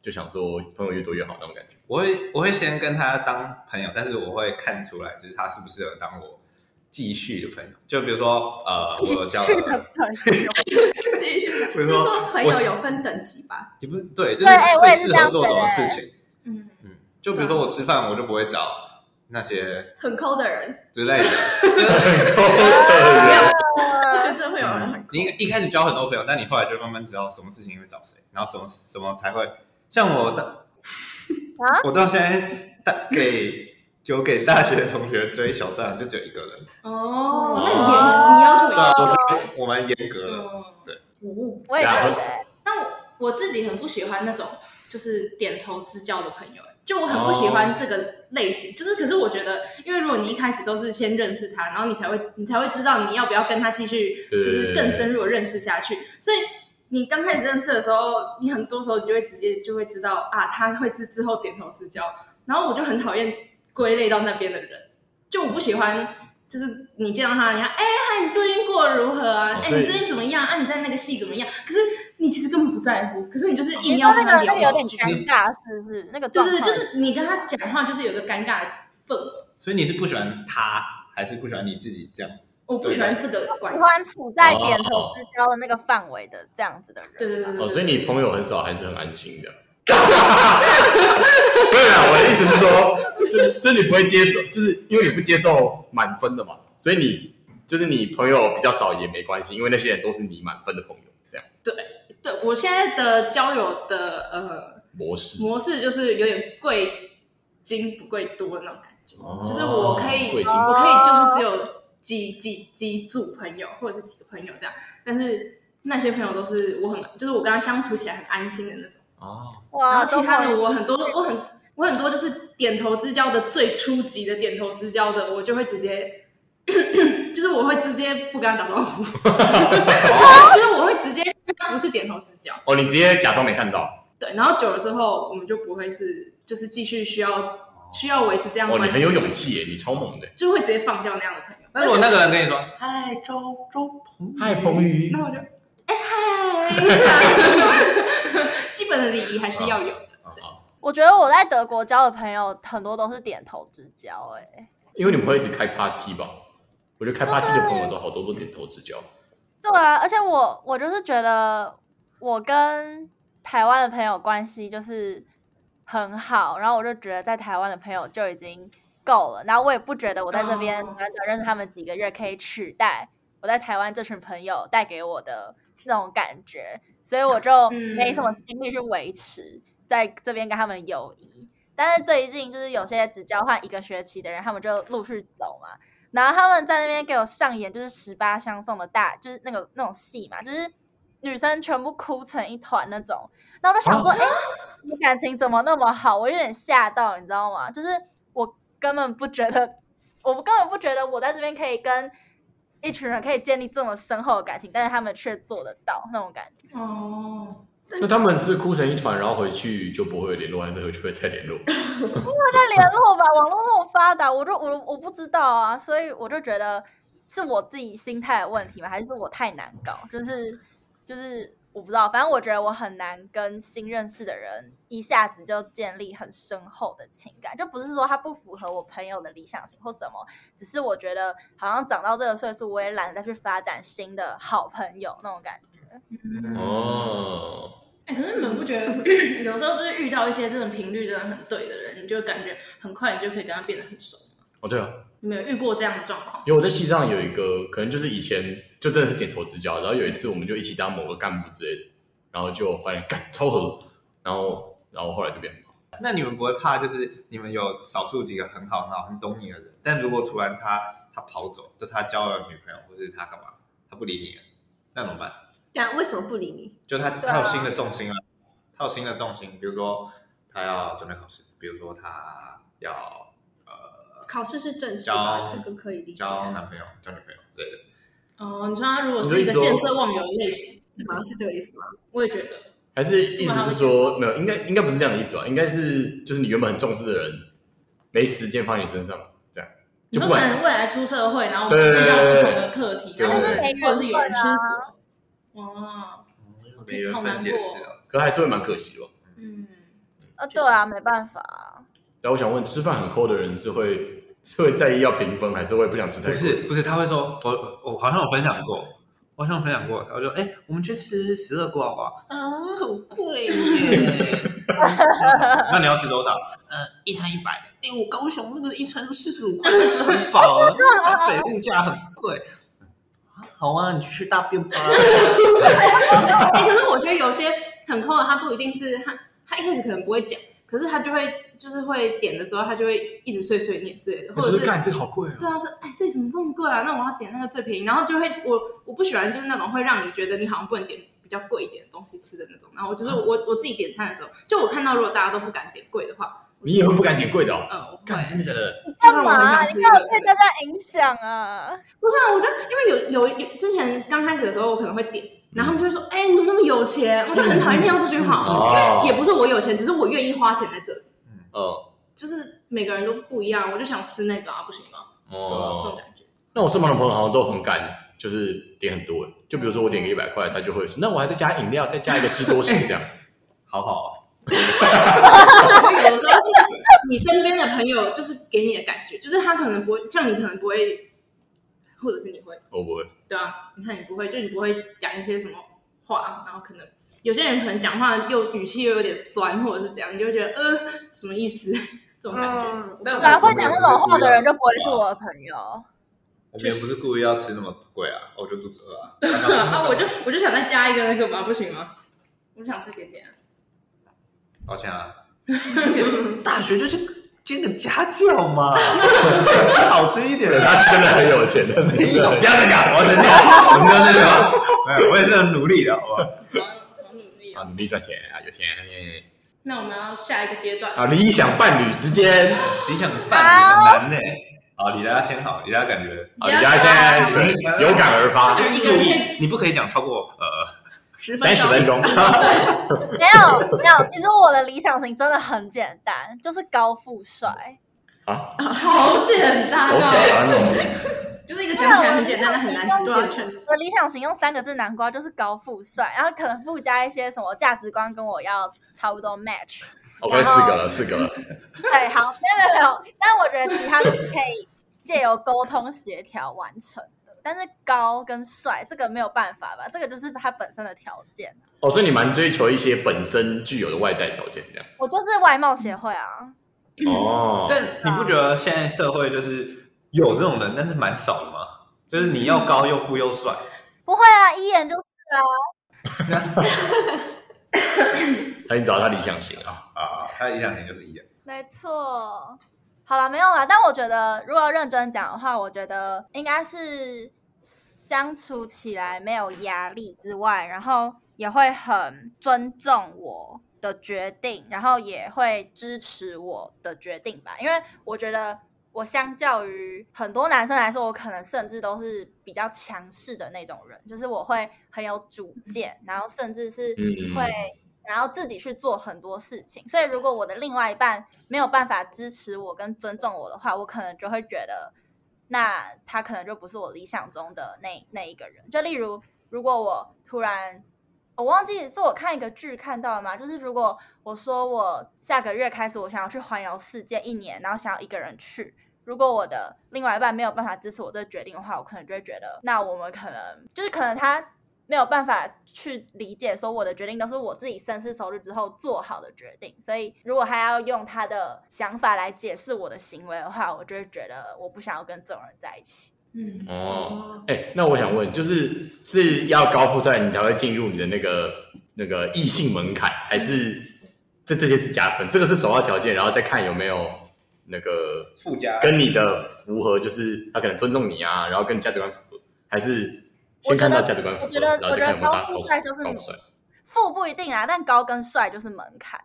[SPEAKER 4] 就想说朋友越多越好那种感 觉？
[SPEAKER 1] 我会我会先跟他当朋友，但是我会看出来，就是他适不适合当我继续的朋友。就比如说，呃，我
[SPEAKER 3] 继
[SPEAKER 1] 有交
[SPEAKER 3] 续的
[SPEAKER 1] 了，
[SPEAKER 3] 朋友，
[SPEAKER 5] 这一些
[SPEAKER 1] 我
[SPEAKER 5] 是
[SPEAKER 1] 说
[SPEAKER 5] 说朋友有分等级吧？
[SPEAKER 1] 也不是对，就是
[SPEAKER 3] 对哎我
[SPEAKER 1] 会
[SPEAKER 3] 也是
[SPEAKER 1] 适
[SPEAKER 3] 这样
[SPEAKER 1] 合做什么事情。
[SPEAKER 2] 嗯，
[SPEAKER 1] 嗯，就比如说我吃饭，我就不会找那些
[SPEAKER 5] 很抠的人，
[SPEAKER 1] 之类的。就是
[SPEAKER 5] 我觉得真的会有人很抠，
[SPEAKER 1] 嗯你一开始交很多朋友，但你后来就慢慢知道什么事情会找谁，然后什么什么才会像我的
[SPEAKER 3] 啊，
[SPEAKER 1] 我到现在大给有给大学同学追小站，就只有一个人。
[SPEAKER 2] 哦，
[SPEAKER 5] 哦
[SPEAKER 2] 那你也你要求也
[SPEAKER 1] 对啊，
[SPEAKER 2] 高
[SPEAKER 1] 我觉
[SPEAKER 2] 欸
[SPEAKER 1] 得我蛮严格的。
[SPEAKER 2] 嗯，
[SPEAKER 3] 我也觉
[SPEAKER 4] 然
[SPEAKER 3] 得
[SPEAKER 4] 后
[SPEAKER 3] 欸，
[SPEAKER 2] 但我我自己很不喜欢那种就是点头之交的朋友欸，就我很不喜欢这个类型。就是，可是我觉得，因为如果你一开始都是先认识他，然后你才会你才会知道你要不要跟他继续
[SPEAKER 4] 对
[SPEAKER 2] 就是更深入的认识下去，所以。你刚开始认识的时候，你很多时候你就会直接就会知道啊，他会是之后点头之交，然后我就很讨厌归类到那边的人，就我不喜欢，就是你见到他，你看，哎、嗨，你最近过得如何啊？哎、
[SPEAKER 4] 哦所以
[SPEAKER 2] 你最近怎么样？啊，你在那个戏怎么样？可是你其实根本不在乎，可是你就是
[SPEAKER 3] 你
[SPEAKER 2] 硬要
[SPEAKER 3] 说那
[SPEAKER 2] 跟他
[SPEAKER 3] 个那个有
[SPEAKER 2] 聊
[SPEAKER 3] 点
[SPEAKER 2] 几句，
[SPEAKER 3] 尴尬，是不是？那个
[SPEAKER 2] 对
[SPEAKER 3] 状
[SPEAKER 2] 对，
[SPEAKER 3] 况
[SPEAKER 2] 就是你跟他讲话就是有个尴尬的氛围，
[SPEAKER 1] 所以你是不喜欢他，还是不喜欢你自己这样？
[SPEAKER 2] 我不喜欢这个关
[SPEAKER 3] 喜
[SPEAKER 2] 系。
[SPEAKER 3] 欢处在点头之交的那个范围的这样子的人。
[SPEAKER 2] 对对对对对，
[SPEAKER 4] 哦，所以
[SPEAKER 2] 对
[SPEAKER 4] 你朋友很少，还是很安心的。 对啊，我的意思是说，就是就是你不会接受，就是因为你不接受满分的嘛，所以你就是你朋友比较少也没关系，因为那些人都是你满分的朋友，这样
[SPEAKER 2] 对我现在的交友的呃
[SPEAKER 4] 模式。
[SPEAKER 2] 模式就是有点贵精不贵多的那种感觉，
[SPEAKER 4] 哦
[SPEAKER 2] 就是我可以
[SPEAKER 4] 贵精
[SPEAKER 2] 我可以就是只有几几几组朋友或者是几个朋友这样，但是那些朋友都是我很就是我跟他相处起来很安心的那种。
[SPEAKER 4] 哦，
[SPEAKER 2] 然
[SPEAKER 3] 哇，
[SPEAKER 2] 后其他
[SPEAKER 3] 啊
[SPEAKER 2] 的
[SPEAKER 3] 都没有
[SPEAKER 2] 我很多，我很我很多就是点头之交的最初级的点头之交的，我就会直接， 就是我会直接不跟他打 招呼，就是我会直接不是点头之交，
[SPEAKER 4] 哦，你直接假装没看到，
[SPEAKER 2] 对，然后久了之后我们就不会是就是继续需要需要维持这样
[SPEAKER 4] 哦，
[SPEAKER 2] 关
[SPEAKER 4] 你
[SPEAKER 2] 系，
[SPEAKER 4] 很有勇，气耶，你超猛的。
[SPEAKER 2] 就会直接放掉那样的朋友。
[SPEAKER 1] 那如果那个人跟你说：“嗨，周周鹏，
[SPEAKER 4] 嗨，彭宇
[SPEAKER 2] 那我就哎嗨， 基本的礼仪还是要有的，
[SPEAKER 3] 我觉得我在德国交的朋友很多都是点头之交，哎，
[SPEAKER 4] 因为你们会一直开 party 吧？我觉得开 party 的朋友都好多都点头之交，
[SPEAKER 3] 对啊，而且我我就是觉得我跟台湾的朋友关系就是很好，然后我就觉得在台湾的朋友就已经够了，然后我也不觉得我在这边
[SPEAKER 2] 哦
[SPEAKER 3] 短短认识他们几个月可以取代我在台湾这群朋友带给我的那种感觉，所以我就
[SPEAKER 2] 嗯
[SPEAKER 3] 没什么精力去维持在这边跟他们的友谊。但是最近就是有些只交换一个学期的人，他们就陆续走嘛，然后他们在那边给我上演就是十八相送的大，就是那个那种戏嘛，就是女生全部哭成一团那种。然后我就想说，哎、你感情怎么那么好？我有点吓到，你知道吗？就是我根本不觉得，我根本不觉得我在这边可以跟一群人可以建立这么深厚的感情，但是他们却做得到那种感觉。
[SPEAKER 2] 哦，
[SPEAKER 4] 那他们是哭成一团，然后回去就不会联络，还是回去会再联络？
[SPEAKER 3] 再联络吧，网络那么发达，我就我我不知道啊，所以我就觉得是我自己心态的问题吗？还是我太难搞？就是就是我不知道，反正我觉得我很难跟新认识的人一下子就建立很深厚的情感，就不是说他不符合我朋友的理想型或什么，只是我觉得好像长到这个岁数，我也懒得再去发展新的好朋友那种感觉。
[SPEAKER 4] 哦，
[SPEAKER 2] 哎、可是你们不觉 得有时候就是遇到一些真的频率真的很对的人，你就感觉很快你就可以跟他变得很熟？
[SPEAKER 4] 哦对啊，
[SPEAKER 2] 你们有遇过这样的状况？
[SPEAKER 4] 因为我在系上有一个，可能就是以前就真的是点头之交，然后有一次我们就一起当某个干部之类的，然后就发现干超合，然后然后后来就变很好。
[SPEAKER 1] 那你们不会怕，就是你们有少数几个很好、很好、很懂你的人，但如果突然他他跑走，就他交了女朋友，或是他干嘛，他不理你了，那怎么办？
[SPEAKER 5] 但为什么不理你？
[SPEAKER 1] 就他
[SPEAKER 3] 对啊
[SPEAKER 1] 他有新的重心了，他有新的重心，比如说他要准备考试，比如说他要呃
[SPEAKER 5] 考试是正式吧，
[SPEAKER 1] 交
[SPEAKER 5] 这个可以理解。
[SPEAKER 1] 交男朋友、交女朋友之类的。
[SPEAKER 2] 哦，你说他如果是一个
[SPEAKER 4] 你说
[SPEAKER 2] 见色忘友的类型，
[SPEAKER 5] 是吗？是这个意思吗？
[SPEAKER 2] 我也觉得，
[SPEAKER 4] 还是意思是说没有，应该应该不是这样的意思吧？应该是就是你原本很重视的人，没时间放在你身上，这样
[SPEAKER 2] 你
[SPEAKER 4] 就不
[SPEAKER 2] 说可
[SPEAKER 4] 管
[SPEAKER 2] 能未来出社会，然后我
[SPEAKER 4] 对对
[SPEAKER 2] 们遇到
[SPEAKER 4] 对对
[SPEAKER 2] 不同的课题，
[SPEAKER 4] 对
[SPEAKER 2] 然后
[SPEAKER 4] 对对
[SPEAKER 2] 或者是有人出
[SPEAKER 3] 对
[SPEAKER 2] 国，哦，
[SPEAKER 1] 没缘分解释了，
[SPEAKER 4] 可还是会蛮可惜的吧。
[SPEAKER 2] 嗯，
[SPEAKER 3] 呃，对啊，没办法啊、
[SPEAKER 4] 然后我想问，吃饭很抠的人是会是会在意要平分，还是会不想吃太
[SPEAKER 1] 不
[SPEAKER 4] 贵？
[SPEAKER 1] 是不是，他会说，我我好像有分享过，我好像有分享过，他就说，哎、我们去吃十二锅好不 好？嗯，好贵耶。嗯 那你要吃多少？呃，一餐一百。哎、我高雄那个一餐都四十五块，吃很饱啊。台北物价很贵。啊好啊，你去吃大便吧。
[SPEAKER 2] 哎，可是我觉得有些很抠的，他不一定是他，他一开始可能不会讲，可是他就会就是会点的时候，他就会一直碎碎念之类的，或
[SPEAKER 4] 我觉
[SPEAKER 2] 者
[SPEAKER 4] 得
[SPEAKER 2] 是
[SPEAKER 4] 干这个好贵哦。
[SPEAKER 2] 对啊，这哎这怎么这么贵啊？那我要点那个最便宜，然后就会我我不喜欢就是那种会让你觉得你好像不能点比较贵一点的东西吃的那种。然后我
[SPEAKER 4] 啊
[SPEAKER 2] 就是我我自己点餐的时候，就我看到如果大家都不敢点贵的话，
[SPEAKER 4] 你也会不敢点贵的哦？
[SPEAKER 2] 嗯，我不会
[SPEAKER 4] 干，真的假的？
[SPEAKER 2] 就
[SPEAKER 3] 干
[SPEAKER 2] 让我
[SPEAKER 3] 嘛
[SPEAKER 2] 很
[SPEAKER 3] 啊？
[SPEAKER 2] 想吃
[SPEAKER 3] 你
[SPEAKER 2] 一
[SPEAKER 3] 干嘛
[SPEAKER 2] 个。
[SPEAKER 3] 被大家影响啊？
[SPEAKER 2] 不是啊，我就因为有有有之前刚开始的时候，我可能会点，然后他们就会说：“哎、你怎么那么有钱？”我就很讨厌听到这句话，
[SPEAKER 4] 哦
[SPEAKER 2] 也不是我有钱，只是我愿意花钱在这里。
[SPEAKER 4] 哦
[SPEAKER 2] 就是每个人都不一样，我就想吃那个啊，不行吗？这
[SPEAKER 4] 哦
[SPEAKER 2] 种。感觉。
[SPEAKER 4] 那我身旁的朋友好像都很敢，就是点很多，欸就比如说我点个一百块，他就会说，那我还再加饮料，再加一个汁 多士这样。
[SPEAKER 1] 好啊好
[SPEAKER 2] 我觉得有的 时候是你身边的朋友，就是给你的感觉，就是他可能不会，像你可能不会，或者是你会，
[SPEAKER 4] 我哦不会，
[SPEAKER 2] 对啊，你看你不会，就你不会讲一些什么话，然后可能有些人可能讲话又语气又有点酸，或者是怎样，你就会觉得呃什么意思 这种感觉。
[SPEAKER 5] 嗯，
[SPEAKER 1] 但
[SPEAKER 3] 对啊，会讲那种话的人就不会啊是我的朋友。
[SPEAKER 1] 我们也不是故意要吃那么贵啊，我就肚子饿啊。
[SPEAKER 2] 啊，我就我就想再加一个那个嘛，不行吗？我就想吃甜点、 啊，
[SPEAKER 1] 抱歉啊，大学就是兼个家教嘛， 好吃一点。啊
[SPEAKER 4] 他是真的很有钱的，
[SPEAKER 1] 听
[SPEAKER 4] 真
[SPEAKER 1] 懂
[SPEAKER 4] 的
[SPEAKER 1] 不要再讲，我等你，我们不要再讲。没有，我也是很努力的，好不好？
[SPEAKER 2] 我要我要努力
[SPEAKER 4] 啊
[SPEAKER 2] 啊。，
[SPEAKER 4] 努力赚钱啊，有钱耶
[SPEAKER 2] 那我们要下一个阶段，
[SPEAKER 4] 啊，理想伴侣时间
[SPEAKER 1] 理想伴侣很难呢。好，李大家先好，李大家感觉
[SPEAKER 4] 啊，李佳现在就是有感而发，
[SPEAKER 2] 就一个人先
[SPEAKER 1] 你不可以讲超过呃，
[SPEAKER 5] 十
[SPEAKER 4] 三十分钟，
[SPEAKER 3] 没有没有，其实我的理想型真的很简单，就是高富帅。
[SPEAKER 2] 好简单
[SPEAKER 4] 好
[SPEAKER 2] 哦，
[SPEAKER 4] 假哦，
[SPEAKER 2] 就是一个讲起来很简单，但很难实
[SPEAKER 5] 多少
[SPEAKER 2] 现。
[SPEAKER 5] 钱？
[SPEAKER 3] 我理想型用三个字南瓜就是高富帅，然后可能附加一些什么价值观跟我要差不多 match。
[SPEAKER 4] 我快四个了，四个了，
[SPEAKER 3] 对，好，没有没有没有，但我觉得其他可以借由沟通协调完成的。但是高跟帅这个没有办法吧，这个就是他本身的条件。
[SPEAKER 4] 哦，所以你蛮追求一些本身具有的外在条件这样。
[SPEAKER 3] 我就是外貌协会啊，
[SPEAKER 4] 哦，
[SPEAKER 1] 但你不觉得现在社会就是有这种人，但是蛮少的吗？就是你要高又富又帅，
[SPEAKER 3] 不会啊，一眼就是啊，
[SPEAKER 4] 那你找到他理想型啊？
[SPEAKER 1] 啊，他一两年就是一样。
[SPEAKER 3] 没错。好了，没有啦。但我觉得，如果要认真讲的话，我觉得应该是相处起来没有压力之外，然后也会很尊重我的决定，然后也会支持我的决定吧。因为我觉得，我相较于很多男生来说，我可能甚至都是比较强势的那种人，就是我会很有主见，然后甚至是
[SPEAKER 4] 嗯
[SPEAKER 3] 会然后自己去做很多事情。所以如果我的另外一半没有办法支持我跟尊重我的话，我可能就会觉得，那他可能就不是我理想中的那那一个人。就例如，如果我突然我忘记是我看一个剧看到的嘛，就是如果我说我下个月开始我想要去环游世界一年，然后想要一个人去。如果我的另外一半没有办法支持我这个决定的话，我可能就会觉得，那我们可能就是可能他没有办法去理解说我的决定都是我自己深思熟虑之后做好的决定，所以如果他要用他的想法来解释我的行为的话，我就会觉得我不想要跟这种人在一起。
[SPEAKER 2] 嗯，
[SPEAKER 4] 哦，哎、那我想问，就是是要高富帅你才会进入你的那个那个异性门槛，还是这这些是加分？这个是首要条件，然后再看有没有那个
[SPEAKER 1] 附加
[SPEAKER 4] 跟你的符合，就是他可能尊重你啊，然后跟你价值观符合，还是先看到价值观符
[SPEAKER 3] 我
[SPEAKER 4] 合，
[SPEAKER 3] 觉得
[SPEAKER 4] 然后再看有没有搭
[SPEAKER 3] 我觉得高富帅就是
[SPEAKER 4] 高富帅
[SPEAKER 3] 富不一定啊，但高跟帅就是门槛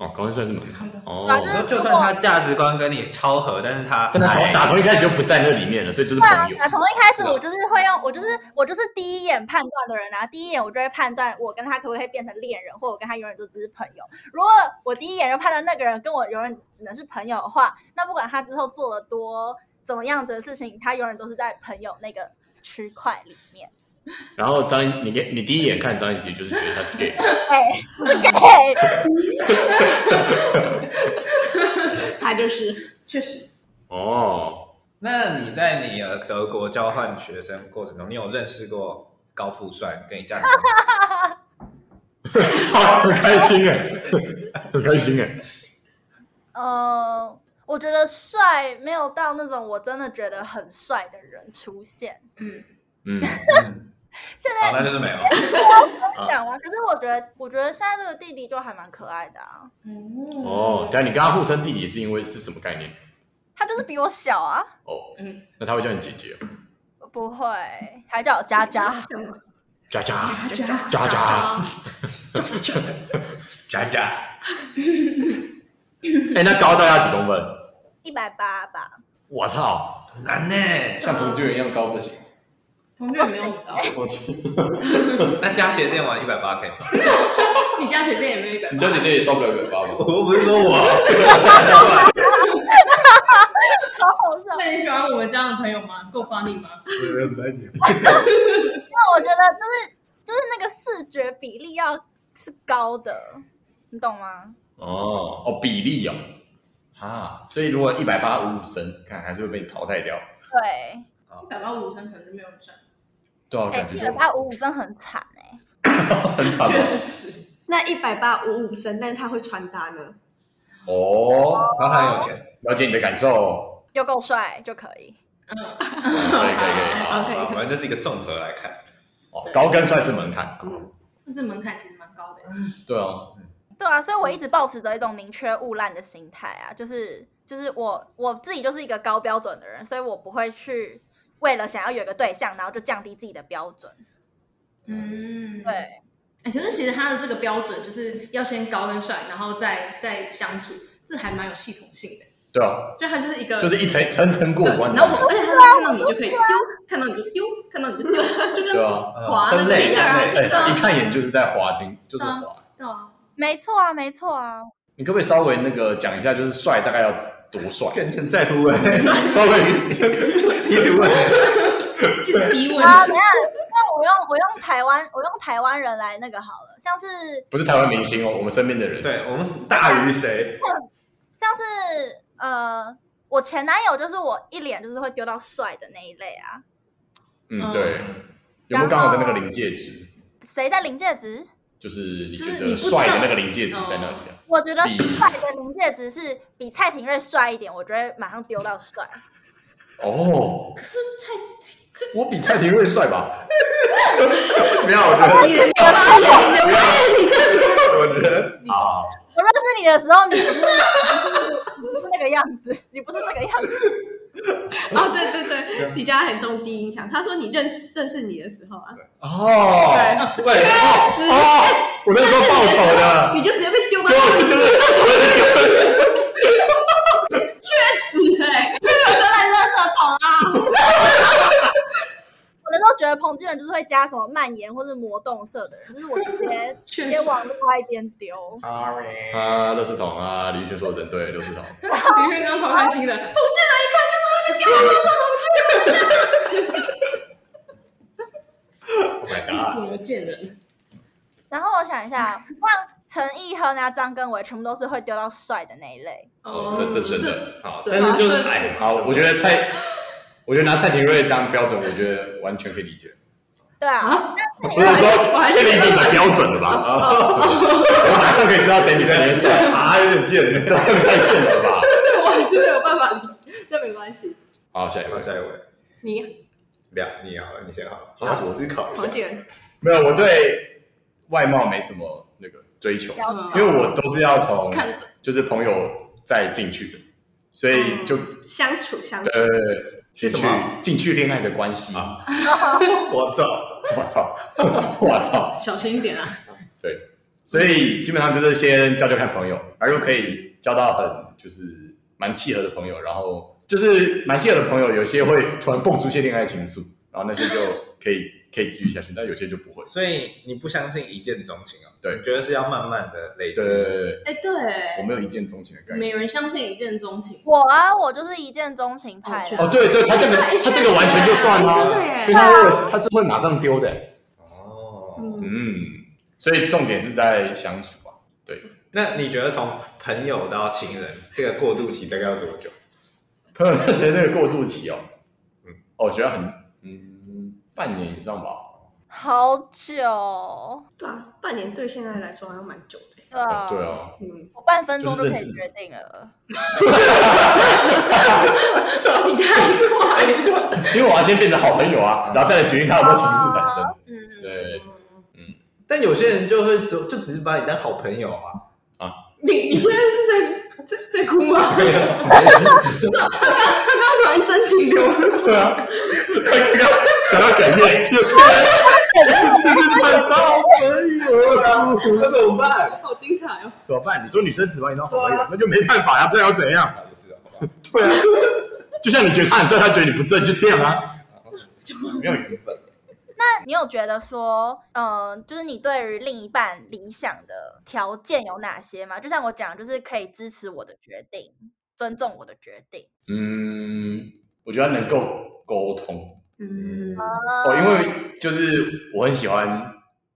[SPEAKER 3] 哎、
[SPEAKER 4] 哦，高富帅是门槛哦
[SPEAKER 3] 对啊，就是
[SPEAKER 1] 就就算他价值观跟你超合，但是他
[SPEAKER 4] 但他从
[SPEAKER 1] 哎
[SPEAKER 4] 打从一开始就不在那里面了，所以就是
[SPEAKER 3] 对啊
[SPEAKER 4] 朋友。，
[SPEAKER 3] 从一开始
[SPEAKER 4] 是吧
[SPEAKER 3] 我就是会用，我就是我就是第一眼判断的人啊，第一眼我就会判断我跟他可不可以变成恋人，或我跟他永远就只是朋友。如果我第一眼就判断那个人跟我永远只能是朋友的话，那不管他之后做了多怎么样子的事情，他永远都是在朋友那个区块里面。
[SPEAKER 4] 然后张一，你给你第一眼看张一杰就是觉得他是 gay，
[SPEAKER 3] 哎、是 gay，
[SPEAKER 5] 他就是
[SPEAKER 2] 确实，
[SPEAKER 4] 哦，
[SPEAKER 1] 那你在你的德国交换学生过程中，你有认识过高富帅跟你价值观
[SPEAKER 4] 好很开心哎， 很开心哎，
[SPEAKER 3] 呃，我觉得帅没有到那种我真的觉得很帅的人出现。
[SPEAKER 2] 嗯，
[SPEAKER 4] 嗯，
[SPEAKER 1] 嗯
[SPEAKER 3] 现
[SPEAKER 1] 好，
[SPEAKER 3] 在
[SPEAKER 1] 那就是没有。
[SPEAKER 4] 啊
[SPEAKER 3] 讲完，可是我觉得，我觉得现在这个弟弟就还蛮可爱的啊。
[SPEAKER 4] 哦，但你跟他互称弟弟是因为是什么概念？
[SPEAKER 3] 他就是比我小啊，
[SPEAKER 4] 哦，
[SPEAKER 2] 嗯，
[SPEAKER 4] 那他会叫你姐姐哦，
[SPEAKER 3] 不会，还叫我佳佳。
[SPEAKER 4] 佳佳
[SPEAKER 2] 大家
[SPEAKER 4] 佳佳，
[SPEAKER 5] 啊，
[SPEAKER 1] 渣渣，
[SPEAKER 4] 哎，那高大概几公分？
[SPEAKER 3] 一百八吧，
[SPEAKER 4] 我操，
[SPEAKER 1] 很难呢、
[SPEAKER 4] 像彭俊一样高不行，
[SPEAKER 2] 同学没有很高，
[SPEAKER 4] 彭俊，
[SPEAKER 1] 那加鞋垫完一百八可以吗？
[SPEAKER 2] 你家学店也没有一百
[SPEAKER 4] 你叫姐姐也到不了一百八吧？
[SPEAKER 1] 我不是说 我，
[SPEAKER 3] 超好笑。
[SPEAKER 2] 那你喜欢我们这样的朋友吗？够 funny 吗？
[SPEAKER 3] 那我觉得就是就是那个视觉比例要是高的，你懂吗？
[SPEAKER 4] 哦哦，比例哦，啊，所以如果一百八五五身，看还是会被你淘汰掉。
[SPEAKER 3] 对，
[SPEAKER 2] 一百八五身可能就没有很帅，
[SPEAKER 4] 对啊，
[SPEAKER 3] 哎、
[SPEAKER 4] 感觉
[SPEAKER 3] 一
[SPEAKER 4] 就
[SPEAKER 3] 百八五五真的很惨哎、
[SPEAKER 4] 很惨
[SPEAKER 2] 确
[SPEAKER 4] 哦
[SPEAKER 2] 实，
[SPEAKER 5] 那一百八五五身，但是他会穿搭呢？
[SPEAKER 4] 哦，
[SPEAKER 1] 然后他很有钱，
[SPEAKER 4] 了解你的感 受。
[SPEAKER 3] 又够帅就可以。
[SPEAKER 2] 嗯，
[SPEAKER 4] 可以可以可以，好，
[SPEAKER 5] OK
[SPEAKER 1] 啊反正就是一个综合来看。
[SPEAKER 4] 哦，高跟算是门槛。
[SPEAKER 5] 嗯
[SPEAKER 2] 但是门槛其实蛮高的，
[SPEAKER 4] 对啊，
[SPEAKER 3] 对啊，所以我一直保持着一种宁缺毋滥的心态啊，就是就是我我自己就是一个高标准的人，所以我不会去为了想要有一个对象，然后就降低自己的标准。
[SPEAKER 2] 嗯，
[SPEAKER 3] 对。
[SPEAKER 2] 哎、可是其实他的这个标准就是要先高跟帅，然后再再相处，这还蛮有系统性的。
[SPEAKER 4] 对啊，
[SPEAKER 2] 就他就是一个，
[SPEAKER 4] 就是一层层层过
[SPEAKER 2] 对
[SPEAKER 4] 关。
[SPEAKER 2] 然后我，而且他是看到你就可以丢，
[SPEAKER 3] 啊
[SPEAKER 2] 看到你就丢，看到你就丢，就
[SPEAKER 4] 对
[SPEAKER 2] 跟
[SPEAKER 4] 啊，
[SPEAKER 2] 滑那
[SPEAKER 4] 很
[SPEAKER 2] 个一
[SPEAKER 4] 累
[SPEAKER 2] 样啊，
[SPEAKER 4] 很
[SPEAKER 2] 就
[SPEAKER 4] 累，
[SPEAKER 2] 知道
[SPEAKER 4] 哎一看眼就是在滑听，就是
[SPEAKER 2] 啊
[SPEAKER 4] 滑。
[SPEAKER 2] 对啊，
[SPEAKER 3] 没错啊，没错啊，
[SPEAKER 4] 你可不可以稍微那个讲一下，就是帅大概要多帅？
[SPEAKER 1] 跟人在乎哎，
[SPEAKER 4] 稍微
[SPEAKER 1] 一直问，
[SPEAKER 2] 就是逼问
[SPEAKER 3] 啊，
[SPEAKER 2] 你
[SPEAKER 3] 等一下，那我用我用台湾我用台湾人来那个好了，像是
[SPEAKER 4] 不是台湾明星哦，我们身边的人。
[SPEAKER 1] 对我们大于谁？
[SPEAKER 3] 像是呃我前男友就是我一脸就是会丢到帅的那一类啊。
[SPEAKER 4] 嗯，
[SPEAKER 2] 嗯
[SPEAKER 4] 对，有没有刚好在那个临界值？
[SPEAKER 3] 谁的临界值？
[SPEAKER 4] 就是你觉
[SPEAKER 2] 就是你
[SPEAKER 4] 得
[SPEAKER 2] 不知道
[SPEAKER 4] 帅的那个临界值在那里啊？
[SPEAKER 3] 我觉得
[SPEAKER 4] 比
[SPEAKER 3] 帅的临界值是比蔡廷瑞帅一点，我觉得马上丢到帅。
[SPEAKER 4] 哦，
[SPEAKER 2] 可是蔡这
[SPEAKER 4] 我比蔡廷瑞帅吧？ 不要，我觉得，
[SPEAKER 2] 你的表达也你的表达也你这
[SPEAKER 4] 我觉得啊，
[SPEAKER 3] 我认识你的时候，你不是你不是那个样子，你不是这个样子。
[SPEAKER 5] 哦，对对对，你家很重低音响。他说你认识认识你的时候啊，
[SPEAKER 4] 哦，
[SPEAKER 2] 对
[SPEAKER 4] 对，哦，哦我那时候报仇 的，
[SPEAKER 2] 你就直接被丢到
[SPEAKER 4] 就
[SPEAKER 2] 那
[SPEAKER 4] 真
[SPEAKER 2] 里，
[SPEAKER 4] 的
[SPEAKER 2] 确实哎、
[SPEAKER 3] 我那时候觉得彭金人就是会加什么蔓延或者魔动社的人，就是我直接
[SPEAKER 5] 确
[SPEAKER 3] 直
[SPEAKER 5] 实
[SPEAKER 3] 接往另外一边丢。
[SPEAKER 1] Sorry，
[SPEAKER 4] 啊，乐视桶啊，李宇轩说的真对，乐视桶。
[SPEAKER 2] 李轩刚从他听的，
[SPEAKER 4] Oh my god！
[SPEAKER 2] 怎么见人？
[SPEAKER 3] 然后我想一下，像陈意亨啊、张根伟，全部都是会丢到帅的那一类。
[SPEAKER 4] 哦，这这是真
[SPEAKER 2] 这
[SPEAKER 4] 的好，
[SPEAKER 2] 对
[SPEAKER 4] 但是就
[SPEAKER 5] 啊
[SPEAKER 4] 是
[SPEAKER 5] 这
[SPEAKER 4] 哎，好，我觉得蔡，我觉得拿蔡廷瑞当标准，我觉得完全可以理解。
[SPEAKER 3] 对啊，
[SPEAKER 2] 啊，
[SPEAKER 4] 不是说
[SPEAKER 2] 我还
[SPEAKER 4] 这
[SPEAKER 2] 是哦
[SPEAKER 4] 个已经蛮标准的吧？ 我马上可以知道谁比蔡廷瑞帅 啊，有点贱，太贱了吧？
[SPEAKER 2] 这个我还是没有办法理，那没关系。
[SPEAKER 4] 好，下一
[SPEAKER 1] 好，
[SPEAKER 4] 位。
[SPEAKER 1] 下一位，
[SPEAKER 5] 你
[SPEAKER 1] 两你好了，你先好了，
[SPEAKER 4] 好
[SPEAKER 1] 我思考一下
[SPEAKER 5] 黄。景仁
[SPEAKER 4] 没有，我对外貌没什么那个追求，
[SPEAKER 2] 嗯
[SPEAKER 4] 因为我都是要从
[SPEAKER 2] 看
[SPEAKER 4] 就是朋友再进去的，所以就
[SPEAKER 2] 哦
[SPEAKER 5] 相处相处，
[SPEAKER 4] 呃先去
[SPEAKER 1] 什么
[SPEAKER 4] 进去恋爱的关系。
[SPEAKER 1] 啊我走，
[SPEAKER 4] 我操！ 我操！
[SPEAKER 2] 小心一点啊！
[SPEAKER 4] 所以基本上就是先交交看朋友，然后可以交到很就是蛮契合的朋友，然后就是蛮契合的朋友，有些会突然蹦出一些恋爱情愫，然后那些就可以可以继续下去，但有些就不会。
[SPEAKER 1] 所以你不相信一见钟情哦？
[SPEAKER 4] 对
[SPEAKER 1] 你觉得是要慢慢的累积
[SPEAKER 4] 对，对对对，
[SPEAKER 2] 哎、
[SPEAKER 4] 我
[SPEAKER 2] 对，
[SPEAKER 4] 没有一见钟情的概
[SPEAKER 2] 没
[SPEAKER 4] 念。
[SPEAKER 2] 人相信一见钟情。
[SPEAKER 3] 我啊，我就是一见钟情
[SPEAKER 2] 哦
[SPEAKER 3] 派
[SPEAKER 2] 确
[SPEAKER 3] 的。
[SPEAKER 2] 实
[SPEAKER 4] 哦，对对， 他这 个他这个完全就算啦、
[SPEAKER 2] 真的耶
[SPEAKER 4] 对他会他是会马上丢的、
[SPEAKER 1] 哦。
[SPEAKER 5] 嗯，
[SPEAKER 4] 嗯，所以重点是在相处啊吧。
[SPEAKER 1] 那你觉得从朋友到情人这个过渡期大概要多久？
[SPEAKER 4] 朋友那些那个过渡期哦，嗯，
[SPEAKER 1] 嗯
[SPEAKER 4] 哦，我觉得很嗯半年以上吧。
[SPEAKER 3] 好久，
[SPEAKER 5] 对啊，半年对现在来说好像蛮久的，欸
[SPEAKER 3] 对啊，
[SPEAKER 4] 对啊，
[SPEAKER 5] 嗯，
[SPEAKER 3] 我半分钟就可以
[SPEAKER 4] 就是认识
[SPEAKER 3] 决定了。
[SPEAKER 5] 你太快了，
[SPEAKER 4] 因为我要先变成好朋友啊，然后再来决定他有没有情愫产生。
[SPEAKER 2] 嗯，
[SPEAKER 4] 对，
[SPEAKER 1] 但有些人就会只就只是把你当好朋友 啊，
[SPEAKER 2] 你你现在是在在在哭吗？ 他刚刚突然真情流露，
[SPEAKER 4] 对啊，刚刚讲到感念，有些人就是哎就是本到朋友啊，
[SPEAKER 1] 那怎么办？
[SPEAKER 2] 好精彩哦！
[SPEAKER 4] 怎么办？你说女生只把你当好朋
[SPEAKER 1] 对
[SPEAKER 4] 友
[SPEAKER 1] 啊，
[SPEAKER 4] 那就没办法呀，不然要怎样？
[SPEAKER 1] 啊也是，好吧，
[SPEAKER 4] 对啊，就像你觉得他很帅，他觉得你不正，就这样 啊。
[SPEAKER 1] 没有缘分。
[SPEAKER 3] 那你有觉得说，嗯、就是你对于另一半理想的条件有哪些吗？就像我讲，就是可以支持我的决定，尊重我的决定。
[SPEAKER 4] 嗯，我觉得能够沟通
[SPEAKER 2] 嗯，
[SPEAKER 4] 哦，因为就是我很喜欢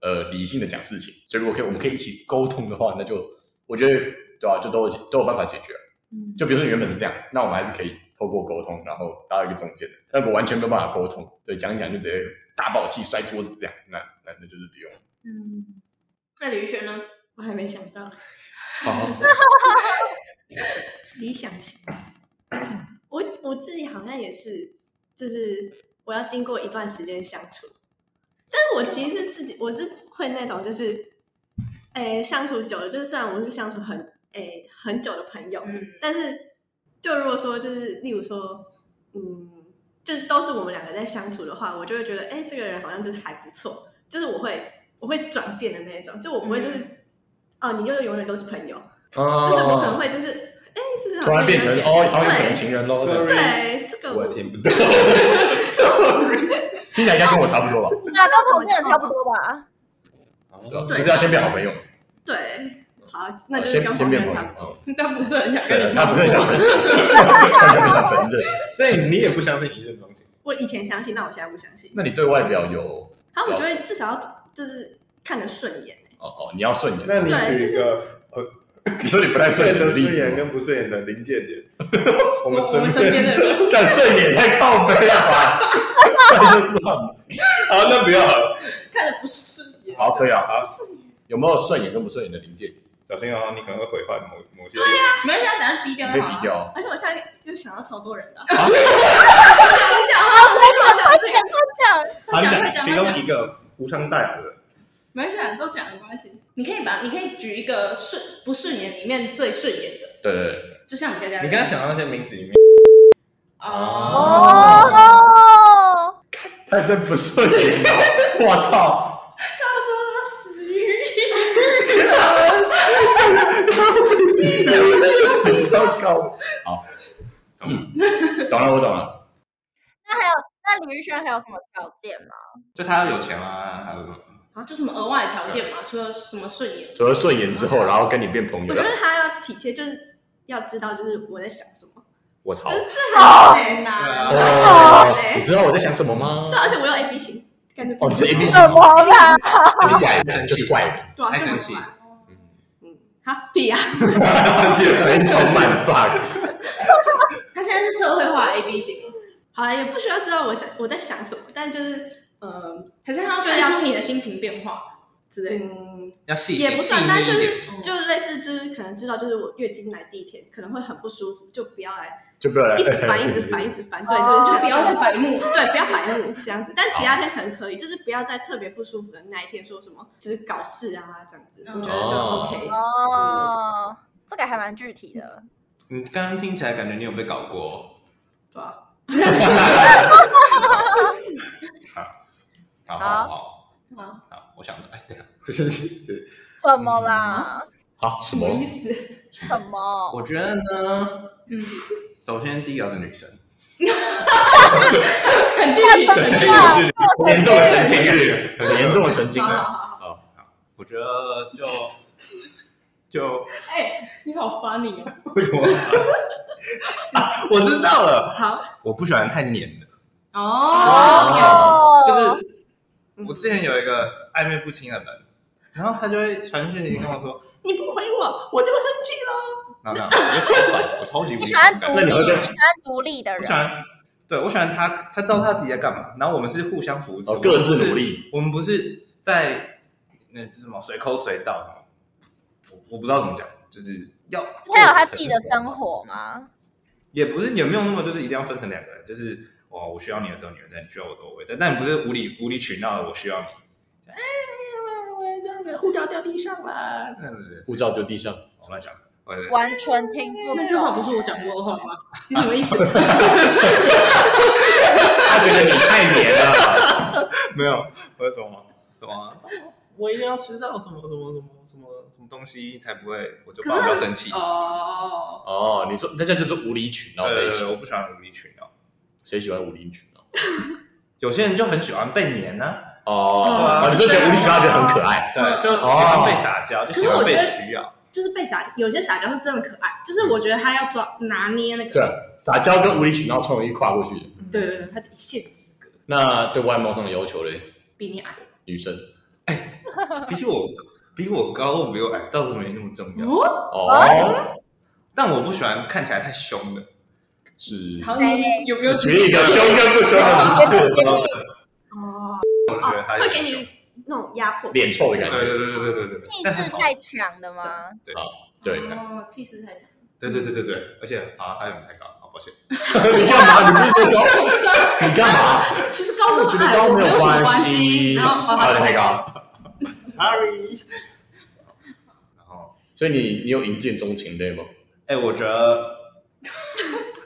[SPEAKER 4] 呃理性的讲事情，所以如果可以我们可以一起沟通的话，那就我觉得对啊，就都有都有办法解决啊。
[SPEAKER 2] 嗯
[SPEAKER 4] 就比如说你原本是这样，那我们还是可以透过沟通，然后达到一个中间的。但如果完全没有办法沟通，对，讲一讲就直接大爆气摔桌子这样，那那那就是 不用。
[SPEAKER 2] 嗯，那李宇轩呢？
[SPEAKER 5] 我还没想到
[SPEAKER 4] 好，
[SPEAKER 5] 理想型， 我我自己好像也是，就是我要经过一段时间相处，但是我其实是自己我是会那种就是，诶、相处久了，就是虽然我们是相处很诶、很久的朋友，
[SPEAKER 2] 嗯
[SPEAKER 5] 但是就如果说就是例如说，嗯，就是都是我们两个在相处的话，我就会觉得，哎、这个人好像就是还不错，就是我会我会转变的那一种，就我不会就是，哦，你就是永远都是朋友，就是我可能
[SPEAKER 4] 哦，
[SPEAKER 5] 会就是，哎、这是好像
[SPEAKER 4] 突然变成
[SPEAKER 5] 有点
[SPEAKER 4] 哦，好像变成情人喽，这样
[SPEAKER 5] 对这个
[SPEAKER 1] 我
[SPEAKER 5] 我
[SPEAKER 1] 听不懂。
[SPEAKER 4] 听起来应该跟我差不多吧？
[SPEAKER 3] 对啊，跟同性人差不多
[SPEAKER 4] 对
[SPEAKER 3] 吧？
[SPEAKER 1] 啊
[SPEAKER 4] 吧，
[SPEAKER 5] 哦对
[SPEAKER 4] 就是要先变好朋友，
[SPEAKER 5] 对，好，那就是
[SPEAKER 4] 先
[SPEAKER 5] 跟
[SPEAKER 4] 先
[SPEAKER 5] 黄
[SPEAKER 4] 变
[SPEAKER 5] 人
[SPEAKER 4] 朋
[SPEAKER 5] 差不多。
[SPEAKER 4] 友。
[SPEAKER 2] 他不是很想跟
[SPEAKER 4] 对，
[SPEAKER 2] 你
[SPEAKER 4] 他
[SPEAKER 2] 交往
[SPEAKER 4] 不是很想承认，他不想承认。
[SPEAKER 1] 所以你也不相信一见钟情？
[SPEAKER 5] 我以前相信，那我现在不相信。
[SPEAKER 4] 那你对外表有
[SPEAKER 5] 然后我就会至少要就是看得顺眼、
[SPEAKER 4] 哦哦，你要顺眼，
[SPEAKER 1] 那你举
[SPEAKER 5] 对就
[SPEAKER 1] 一
[SPEAKER 5] 是
[SPEAKER 1] 个呃
[SPEAKER 4] 你说你不太顺
[SPEAKER 6] 顺
[SPEAKER 4] 眼
[SPEAKER 6] 的
[SPEAKER 4] 的例
[SPEAKER 6] 顺
[SPEAKER 4] 子
[SPEAKER 6] 眼
[SPEAKER 4] 吗，
[SPEAKER 6] 跟不顺眼的临界点， 我
[SPEAKER 2] 我
[SPEAKER 6] 们
[SPEAKER 2] 我们身边 的人，
[SPEAKER 4] 但顺眼太靠背了 吧？这就是好，
[SPEAKER 6] 好，那不要好了，
[SPEAKER 2] 看着不顺眼。
[SPEAKER 4] 好可以啊。
[SPEAKER 6] 好，
[SPEAKER 4] 有没有顺眼跟不顺眼的临界点？
[SPEAKER 6] 小心哦，你可能会毁坏某某些人。
[SPEAKER 2] 没事，等下逼掉
[SPEAKER 4] 被
[SPEAKER 2] 就好
[SPEAKER 4] 逼
[SPEAKER 2] 了。
[SPEAKER 4] 掉哦。
[SPEAKER 5] 而且我现在就想到超多人的啊，
[SPEAKER 2] 我讲我讲话，我讲这个，
[SPEAKER 5] 啊
[SPEAKER 6] 好，你
[SPEAKER 2] 快
[SPEAKER 6] 讲
[SPEAKER 2] 讲
[SPEAKER 6] 其中一个无伤大雅的，
[SPEAKER 2] 没事，啊你都讲没关系。你可以把，你可以举一个顺不顺眼里面最顺眼的，
[SPEAKER 4] 对对对，
[SPEAKER 2] 就像你刚才
[SPEAKER 6] 你刚刚想到那些名字里面，
[SPEAKER 2] 哦，
[SPEAKER 3] 哦，
[SPEAKER 4] 他也真不顺眼啊！ 我操，
[SPEAKER 2] 他说他死鱼，
[SPEAKER 4] 你糟糕。好，懂了，我懂了。
[SPEAKER 3] 那还有那李宇轩还有什么条件吗？
[SPEAKER 1] 就他要有钱啊，还有什么
[SPEAKER 2] 就什么额外条件嘛，除了什么顺眼，
[SPEAKER 4] 除了顺眼之后，然后跟你变朋
[SPEAKER 5] 我
[SPEAKER 4] 友
[SPEAKER 5] 觉，得他要体贴，就是要知道就是我在想什么，
[SPEAKER 4] 我操
[SPEAKER 5] 这。这
[SPEAKER 4] 啊
[SPEAKER 5] 很难欸
[SPEAKER 2] 很难。
[SPEAKER 4] 哦，你知道我在想什么吗？
[SPEAKER 5] 对，而且我有 A B 型，感觉
[SPEAKER 4] 哦，你是 A B 型
[SPEAKER 3] 什，么啦？
[SPEAKER 4] 怪人就是怪人，
[SPEAKER 5] 对啊，
[SPEAKER 1] 爱
[SPEAKER 5] 这
[SPEAKER 1] 生
[SPEAKER 5] 么
[SPEAKER 1] 气
[SPEAKER 5] 快嗯，好屁啊！
[SPEAKER 6] 忘记了，
[SPEAKER 4] 人叫慢放。
[SPEAKER 2] 他现在是社会化 A B 型，
[SPEAKER 5] 好啊了，也不需要知道我想我在想什么，但就是呃
[SPEAKER 2] 还是他要看出你的心情变化之类的。
[SPEAKER 5] 嗯，
[SPEAKER 1] 要细心
[SPEAKER 5] 也不算，但就
[SPEAKER 1] 细腻一
[SPEAKER 5] 是
[SPEAKER 1] 点
[SPEAKER 2] 嗯
[SPEAKER 5] 就类似就是可能知道就是我月经来第一天可能会很不舒服，就不要来
[SPEAKER 4] 就不要来
[SPEAKER 5] 一直烦一直烦一直烦，对，
[SPEAKER 3] 哦
[SPEAKER 5] 就是
[SPEAKER 2] 就不要是白目，
[SPEAKER 5] 对，不要白目这样子，但其他天可能可以，就是不要在特别不舒服的那一天说什么，就是搞事啊这样子，
[SPEAKER 2] 嗯
[SPEAKER 5] 我觉得就
[SPEAKER 4] 哦
[SPEAKER 5] OK。
[SPEAKER 3] 哦，这个还蛮具体的。
[SPEAKER 1] 你刚刚听起来感觉你有被搞过，
[SPEAKER 5] 对啊，
[SPEAKER 1] 好
[SPEAKER 3] 好
[SPEAKER 1] 好好
[SPEAKER 2] 啊，
[SPEAKER 1] 好，我想着，哎，等一下，
[SPEAKER 6] 不是是
[SPEAKER 3] 什么啦？
[SPEAKER 4] 好什
[SPEAKER 2] 什么
[SPEAKER 4] 么？
[SPEAKER 2] 意思？
[SPEAKER 3] 什么？
[SPEAKER 1] 我觉得呢，
[SPEAKER 2] 嗯，
[SPEAKER 1] 首先第一个是女生，
[SPEAKER 2] 很具体，
[SPEAKER 3] 太
[SPEAKER 2] 很
[SPEAKER 3] 分
[SPEAKER 4] 严
[SPEAKER 2] 具体。
[SPEAKER 3] 析了
[SPEAKER 4] 重的澄清欲，很严重的澄清
[SPEAKER 2] 好
[SPEAKER 4] 欲。
[SPEAKER 2] 好好，
[SPEAKER 1] 我觉得就就
[SPEAKER 2] 哎，你好 funny 哦。
[SPEAKER 1] 为什么啊？我知道了，
[SPEAKER 2] 好
[SPEAKER 1] 我不喜欢太黏的，
[SPEAKER 2] 哦，
[SPEAKER 1] 就是我之前有一个暧昧不清的人，然后他就会传讯息跟我说，
[SPEAKER 5] 你不回我，我就会生气了。
[SPEAKER 1] 那那我就超烦，我超级无
[SPEAKER 3] 你喜
[SPEAKER 1] 聊
[SPEAKER 3] 欢
[SPEAKER 1] 的
[SPEAKER 3] 独
[SPEAKER 4] 那你
[SPEAKER 3] 立，你
[SPEAKER 4] 会
[SPEAKER 3] 喜
[SPEAKER 4] 跟
[SPEAKER 3] 欢独立的
[SPEAKER 1] 我
[SPEAKER 3] 人
[SPEAKER 1] 喜，欢，对我喜欢他，他知道他自己在干嘛，然后我们是互相扶持，
[SPEAKER 4] 哦各自努力
[SPEAKER 1] 我们不是，我们不是在那是什么随口随到什么，我我不知道怎么讲，就是要
[SPEAKER 3] 他有他自己的生，活吗？
[SPEAKER 1] 也不是也没有那么就是一定要分成两个人，就是哦，我需要你的时候你会在，你需要我的时候我会在，但不是无理无理取闹的我需要你，哎，
[SPEAKER 5] 嗯
[SPEAKER 1] 我这样子护照掉地上啦，那不是
[SPEAKER 4] 护照丢地上，
[SPEAKER 1] 我乱想，我是
[SPEAKER 3] 完全听不懂。
[SPEAKER 2] 那句话不是我讲过的话吗？你什么意思？
[SPEAKER 4] 他觉得你太黏了。
[SPEAKER 1] 没有，我是什么什么。我一定要吃到什么什么什么什么什么东西才不会，我就
[SPEAKER 2] 可
[SPEAKER 1] 爸
[SPEAKER 2] 是
[SPEAKER 1] 妈生气。
[SPEAKER 2] 哦，
[SPEAKER 4] 哦，你说那这样就是无理取闹类
[SPEAKER 1] 对对对，
[SPEAKER 4] 型，
[SPEAKER 1] 我不喜欢无理取闹。
[SPEAKER 4] 谁喜欢无理取闹？
[SPEAKER 1] 有些人就很喜欢被黏啊呢，
[SPEAKER 4] 哦，啊你就觉得无理取闹觉得很可爱，
[SPEAKER 1] 对，就喜
[SPEAKER 4] 哦
[SPEAKER 1] 欢被撒娇，就喜欢被
[SPEAKER 2] 可是
[SPEAKER 1] 需要。
[SPEAKER 2] 就是被撒，有些撒娇是真的可爱，就是我觉得他要抓拿捏那
[SPEAKER 4] 对啊
[SPEAKER 2] 个，，
[SPEAKER 4] 撒娇跟无理取闹超容易跨过去的。
[SPEAKER 2] 对对对，他就一线之隔，
[SPEAKER 4] 那对外貌上的要求嘞，
[SPEAKER 2] 比你矮。
[SPEAKER 4] 女生
[SPEAKER 1] 比起我比我高，比我矮倒是没那么重
[SPEAKER 5] 嗯
[SPEAKER 1] 要。
[SPEAKER 2] 哦，
[SPEAKER 4] 哦
[SPEAKER 1] 但我不喜欢看起来太凶的，
[SPEAKER 4] 是
[SPEAKER 2] 好，你哎有没有
[SPEAKER 4] 举一个凶跟不凶的例子，
[SPEAKER 5] 哦，
[SPEAKER 1] 我就觉得他有
[SPEAKER 5] 会
[SPEAKER 1] 点
[SPEAKER 5] 给
[SPEAKER 1] 凶。
[SPEAKER 5] 你那种压迫，
[SPEAKER 4] 脸臭的感
[SPEAKER 1] 对
[SPEAKER 4] 觉
[SPEAKER 1] 对对对对对对，
[SPEAKER 3] 意
[SPEAKER 1] 但是
[SPEAKER 3] 识太强的吗？
[SPEAKER 4] 对，
[SPEAKER 2] 哦，气势太强。
[SPEAKER 1] 对对对对对，而且啊，他有点太高，好抱歉。
[SPEAKER 4] 你干嘛？你不是说高？你干嘛？
[SPEAKER 2] 其实高
[SPEAKER 4] 我
[SPEAKER 2] 跟
[SPEAKER 4] 觉得
[SPEAKER 2] 矮
[SPEAKER 4] 高
[SPEAKER 2] 我
[SPEAKER 4] 没
[SPEAKER 2] 没有什么
[SPEAKER 4] 关
[SPEAKER 2] 系，哦然后
[SPEAKER 4] 他的太高。
[SPEAKER 1] Sorry。然后，
[SPEAKER 4] 所以你你有一见钟情对吗？
[SPEAKER 1] 哎，我觉得，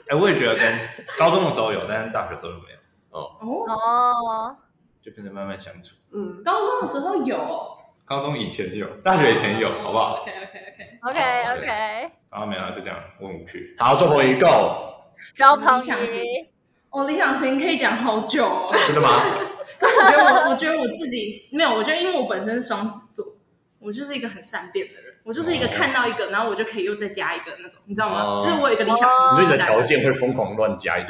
[SPEAKER 1] 哎，我也觉得跟高中的时候有，但是大学的时候就没有，
[SPEAKER 2] 哦，
[SPEAKER 3] 哦，
[SPEAKER 1] 就变成慢慢相处。
[SPEAKER 5] 嗯，
[SPEAKER 2] 高中的时候有，
[SPEAKER 1] 高中以前有，大学以前有，好不好？
[SPEAKER 2] ？OK OK OK，
[SPEAKER 3] OK OK，
[SPEAKER 1] 然后没了，就这样，我很无趣。
[SPEAKER 4] 好，周鹏宇 go，
[SPEAKER 3] 然后彭
[SPEAKER 2] 理想型
[SPEAKER 3] 于
[SPEAKER 2] 我理想型可以讲好久 哦。
[SPEAKER 4] 真的吗？
[SPEAKER 2] 我觉得我，我觉得我自己没有，我觉得因为我本身是双子座，我就是一个很善变的人，我就是一个看到一个，然后我就可以又再加一个那种，你知道吗？
[SPEAKER 4] 哦
[SPEAKER 2] 就是我有一个理想
[SPEAKER 3] 哦
[SPEAKER 2] 型，
[SPEAKER 4] 所以你的条件会疯狂乱加一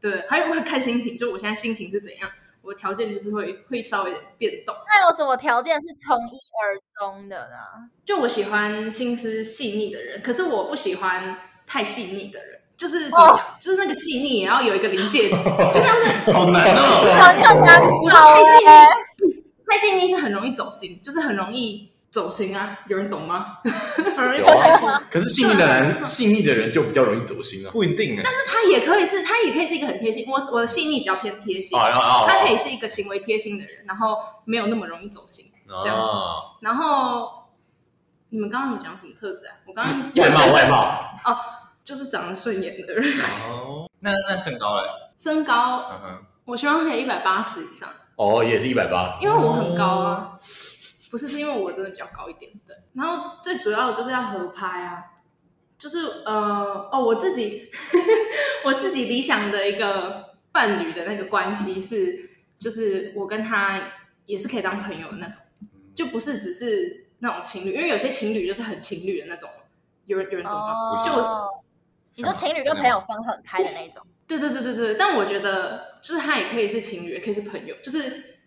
[SPEAKER 2] 对，还有我很看心情，就我现在心情是怎样，我条件就是会会稍微变动。
[SPEAKER 3] 那有什么条件是从一而终的呢？
[SPEAKER 2] 就我喜欢心思细腻的人，可是我不喜欢太细腻的人。就是怎么讲就是那个细腻也要有一个临界值，就像是
[SPEAKER 6] 好难哦。
[SPEAKER 3] 条件很难
[SPEAKER 2] 我
[SPEAKER 3] 找
[SPEAKER 2] 说太细
[SPEAKER 3] 欸
[SPEAKER 2] 腻，太细腻是很容易走心，就是很容易走心啊。有人懂吗？
[SPEAKER 5] 很容易
[SPEAKER 4] 有
[SPEAKER 5] 不开
[SPEAKER 4] 啊
[SPEAKER 5] 心。
[SPEAKER 4] 可是细腻的
[SPEAKER 2] 啊
[SPEAKER 4] 人，细腻的人就比较容易走心啊。
[SPEAKER 6] 不一
[SPEAKER 1] 欸
[SPEAKER 6] 定哎，
[SPEAKER 2] 但是他也可以是，他也可以是一个很贴心。我我的细腻比较偏贴心，
[SPEAKER 4] 啊，然后啊，
[SPEAKER 2] 他可以是一个行为贴心的人，然后没有那么容易走心。这样子
[SPEAKER 4] 啊，
[SPEAKER 2] 然后你们刚刚有讲什么特质啊？我刚刚
[SPEAKER 4] 外貌外貌，
[SPEAKER 2] 就是长得顺眼的人，
[SPEAKER 6] 哦，那那身高嘞，
[SPEAKER 2] 身高
[SPEAKER 6] 嗯哼，
[SPEAKER 2] 我希望可以一百八十以上，
[SPEAKER 4] 哦，也是一百八，
[SPEAKER 2] 因为我很高啊。不是，是因为我真的比较高一点，对。然后最主要的就是要合拍啊，就是呃哦，我自己 我自己理想的一个伴侣的那个关系是，就是我跟他也是可以当朋友的那种，就不是只是那种情侣，因为有些情侣就是很情侣的那种，有人有人懂吗？就
[SPEAKER 3] 哦，你说情侣跟朋友分很开的那种，
[SPEAKER 2] 对对对对对，但我觉得就是他也可以是情侣，也可以是朋友，就是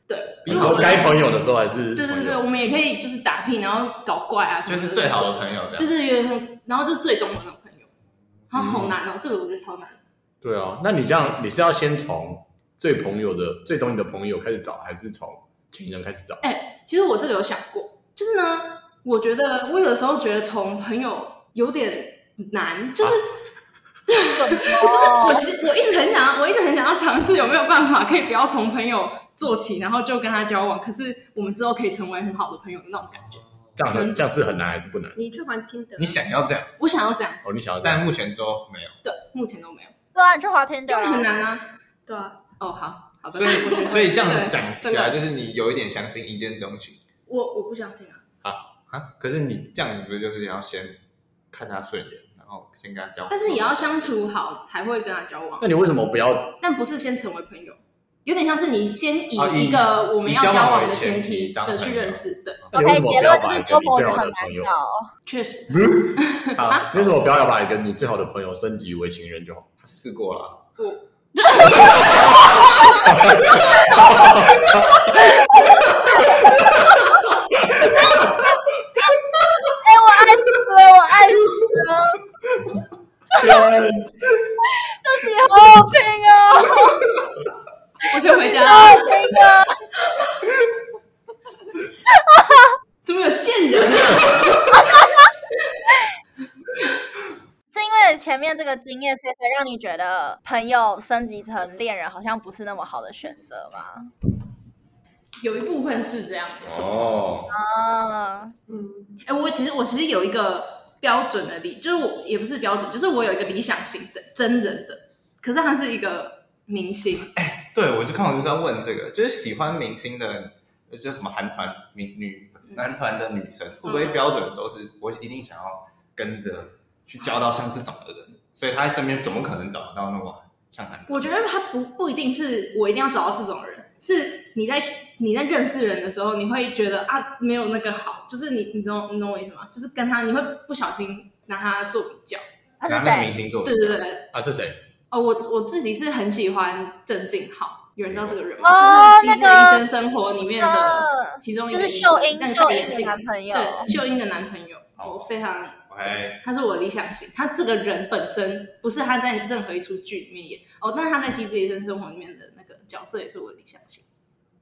[SPEAKER 2] 对，
[SPEAKER 4] 比
[SPEAKER 2] 就是我
[SPEAKER 4] 好
[SPEAKER 2] 们
[SPEAKER 4] 该朋友的时候还是
[SPEAKER 2] 对对
[SPEAKER 4] 朋
[SPEAKER 2] 对，
[SPEAKER 4] 友
[SPEAKER 2] 我们也可以就是打拼，然后搞怪啊什么
[SPEAKER 7] 就
[SPEAKER 2] 的，
[SPEAKER 7] 是最好的朋友这
[SPEAKER 2] 对，
[SPEAKER 7] 样。
[SPEAKER 2] 对对对，然后就是最懂我的朋友，啊，好难
[SPEAKER 7] 嗯
[SPEAKER 2] 哦，这个我觉得超难。
[SPEAKER 4] 对啊，那你这样你是要先从最朋友的最懂你的朋友开始找，还是从情人开始找？
[SPEAKER 2] 哎，其实我这个有想过，就是呢，我觉得我有的时候觉得从朋友有点难，就是、
[SPEAKER 7] 啊
[SPEAKER 2] 就是我其实我一直很想要，我一直很想要尝试有没有办法可以不要从朋友做起，然后就跟他交往，可是我们之后可以成为很好的朋友的那种感觉。
[SPEAKER 4] 这样
[SPEAKER 2] 嗯
[SPEAKER 4] 很这样是很难还是不难？
[SPEAKER 5] 你最欢听的
[SPEAKER 7] 你想要这样，
[SPEAKER 2] 我想要这样，
[SPEAKER 4] 哦，你想要这样
[SPEAKER 7] 但目前都没有。
[SPEAKER 2] 对，目前都没有，
[SPEAKER 3] 对啊，你去滑天
[SPEAKER 2] 就
[SPEAKER 3] 的
[SPEAKER 2] 很难啊。
[SPEAKER 5] 对啊，
[SPEAKER 2] 哦，好好的，
[SPEAKER 7] 所
[SPEAKER 2] 我觉得
[SPEAKER 7] 以，所以这样
[SPEAKER 2] 对
[SPEAKER 7] 子讲起来，
[SPEAKER 2] 真
[SPEAKER 7] 就是你有一点相信一见钟情
[SPEAKER 2] 我我不相信啊。
[SPEAKER 7] 啊。可是你这样子不是就是要先看他顺眼，然后先跟他交往？
[SPEAKER 2] 但是也要相处好才会跟他交往
[SPEAKER 4] 那，你为什么不要？
[SPEAKER 2] 但不是先成为朋友，有点像是你先以
[SPEAKER 7] 啊以
[SPEAKER 2] 一个我们要
[SPEAKER 7] 以交往
[SPEAKER 2] 往的
[SPEAKER 7] 为前
[SPEAKER 2] 前
[SPEAKER 7] 提
[SPEAKER 2] 提
[SPEAKER 7] 当
[SPEAKER 2] 的
[SPEAKER 7] 朋
[SPEAKER 2] 去
[SPEAKER 7] 友
[SPEAKER 2] 认识的，
[SPEAKER 4] 那你为什
[SPEAKER 3] ，OK，
[SPEAKER 4] 么
[SPEAKER 3] 结
[SPEAKER 4] 不要
[SPEAKER 3] 论就
[SPEAKER 4] 把
[SPEAKER 3] 是
[SPEAKER 4] 一个
[SPEAKER 3] 周
[SPEAKER 4] 你
[SPEAKER 3] 博
[SPEAKER 4] 最
[SPEAKER 3] 士
[SPEAKER 4] 好
[SPEAKER 3] 很
[SPEAKER 4] 的
[SPEAKER 3] 难
[SPEAKER 4] 朋友？
[SPEAKER 3] 找，
[SPEAKER 2] 确实
[SPEAKER 7] 啊，
[SPEAKER 4] 你为什么不要把一个你最好的朋友升级为情人就好？
[SPEAKER 7] 他试过了，
[SPEAKER 2] 我。
[SPEAKER 3] 哎，我爱死了，我爱死了，这集好好听啊，
[SPEAKER 2] 我先回 家
[SPEAKER 3] 好
[SPEAKER 2] 了，
[SPEAKER 3] 好听啊，
[SPEAKER 2] 怎么有贱人啊？
[SPEAKER 3] 是因为前面这个经验，所以才让你觉得朋友升级成恋人好像不是那么好的选择吗？
[SPEAKER 2] 有一部分是这样的。
[SPEAKER 4] 哦，
[SPEAKER 3] 啊，
[SPEAKER 5] 嗯，
[SPEAKER 2] 哎、我其实我其实有一个标准的理，就是我也不是标准，就是我有一个理想型的真人的，可是他是一个明星，
[SPEAKER 7] 对我就看我就是要问这个，就是喜欢明星的人，呃叫什么韩团女女
[SPEAKER 2] 嗯
[SPEAKER 7] 男团的女生，会不会标准都是我一定想要跟着去交到像这种的人，所以他在身边怎么可能找得到那么像韩团？
[SPEAKER 2] 我觉得他不不一定是我一定要找到这种人，是你在你在认识人的时候，你会觉得啊没有那个好，就是你你懂你懂我意思吗？就是跟他你会不小心拿他做比较，
[SPEAKER 3] 他
[SPEAKER 7] 拿
[SPEAKER 3] 是
[SPEAKER 7] 那个
[SPEAKER 3] 谁
[SPEAKER 7] 明？星做
[SPEAKER 2] 对对对对，
[SPEAKER 4] 啊是谁？
[SPEAKER 2] 哦，我我自己是很喜欢郑敬浩，有人知道这个人吗？
[SPEAKER 3] 哦
[SPEAKER 2] 就是《机智
[SPEAKER 3] 那
[SPEAKER 2] 的
[SPEAKER 3] 个
[SPEAKER 2] 医生生活》里面的
[SPEAKER 3] 嗯，
[SPEAKER 2] 其中一
[SPEAKER 3] 就
[SPEAKER 2] 个
[SPEAKER 3] 是
[SPEAKER 2] 医
[SPEAKER 3] 秀
[SPEAKER 2] 生
[SPEAKER 3] 英，
[SPEAKER 2] 但是
[SPEAKER 3] 秀
[SPEAKER 2] 戴
[SPEAKER 3] 英
[SPEAKER 2] 眼
[SPEAKER 3] 的
[SPEAKER 2] 镜
[SPEAKER 3] 男朋友。
[SPEAKER 2] 对，秀英的男朋友，我非常
[SPEAKER 7] 哎，
[SPEAKER 2] 他是我的理想型，他这个人本身不是他在任何一出剧里面演哦，但是他在《机智医生生活》里面的那个角色也是我的理想型，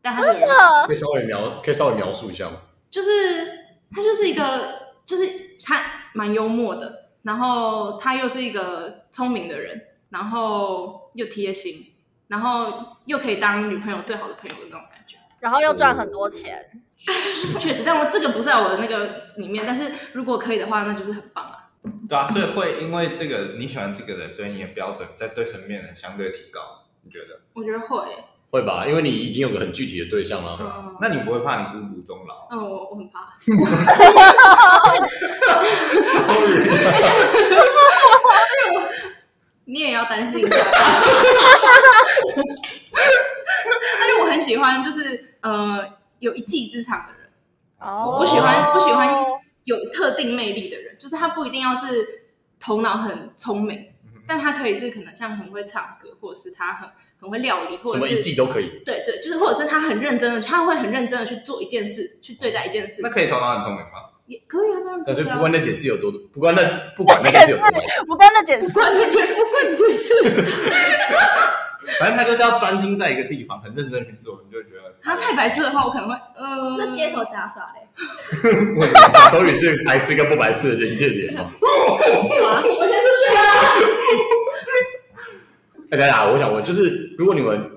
[SPEAKER 2] 但他这个人
[SPEAKER 3] 哦
[SPEAKER 4] 可以稍微描，可以稍微描述一下吗？
[SPEAKER 2] 就是他就是一个就是他蛮幽默的，然后他又是一个聪明的人，然后又贴心，然后又可以当女朋友最好的朋友的那种感觉。
[SPEAKER 3] 然后又赚很多钱，
[SPEAKER 2] 确实，但我这个不在我的那个里面，但是如果可以的话，那就是很棒啊。
[SPEAKER 7] 对啊，所以会因为这个你喜欢这个人，所以你的标准在对身边的人相对提高，你觉得？
[SPEAKER 2] 我觉得会，
[SPEAKER 4] 会吧，因为你已经有个很具体的对啊象了。
[SPEAKER 2] 嗯，
[SPEAKER 7] 那你不会怕你孤独终老？
[SPEAKER 2] 嗯，我我很怕， 你也要担心一下。 但是我很喜欢，就是呃，有一技之长的人，
[SPEAKER 3] 哦
[SPEAKER 2] 我喜欢我喜欢
[SPEAKER 4] 嗯
[SPEAKER 2] 有特定魅力的人，就是他不一定要是头脑很聪明， 但他可以是可能像很会唱歌，或者是他很很会料理，或
[SPEAKER 4] 什
[SPEAKER 2] 者
[SPEAKER 4] 么一
[SPEAKER 2] 是
[SPEAKER 4] 季都可以。
[SPEAKER 2] 对对，就是或者是他很认真的，他会很认真的去做一件事，去对待一件事
[SPEAKER 1] 那，可以头脑很聪明吗？
[SPEAKER 2] 也可以啊，当然可
[SPEAKER 4] 但是
[SPEAKER 2] 以
[SPEAKER 4] 不
[SPEAKER 2] 啊。
[SPEAKER 4] 管那解释有多，不管那不管那解释有多完
[SPEAKER 3] 我跟他解
[SPEAKER 2] 不
[SPEAKER 3] 释，
[SPEAKER 2] 管你觉得不管你就是，
[SPEAKER 1] 反正他就是要专心在一个地方，很认真地去做，你就会觉得
[SPEAKER 2] 他太白痴的话，我可能会，嗯、
[SPEAKER 5] 那街头杂耍嘞？
[SPEAKER 4] 整，手语是白痴跟不白痴的人界点吗？
[SPEAKER 2] 我先出去了。
[SPEAKER 4] 哎，等等，我想问，就是如果你们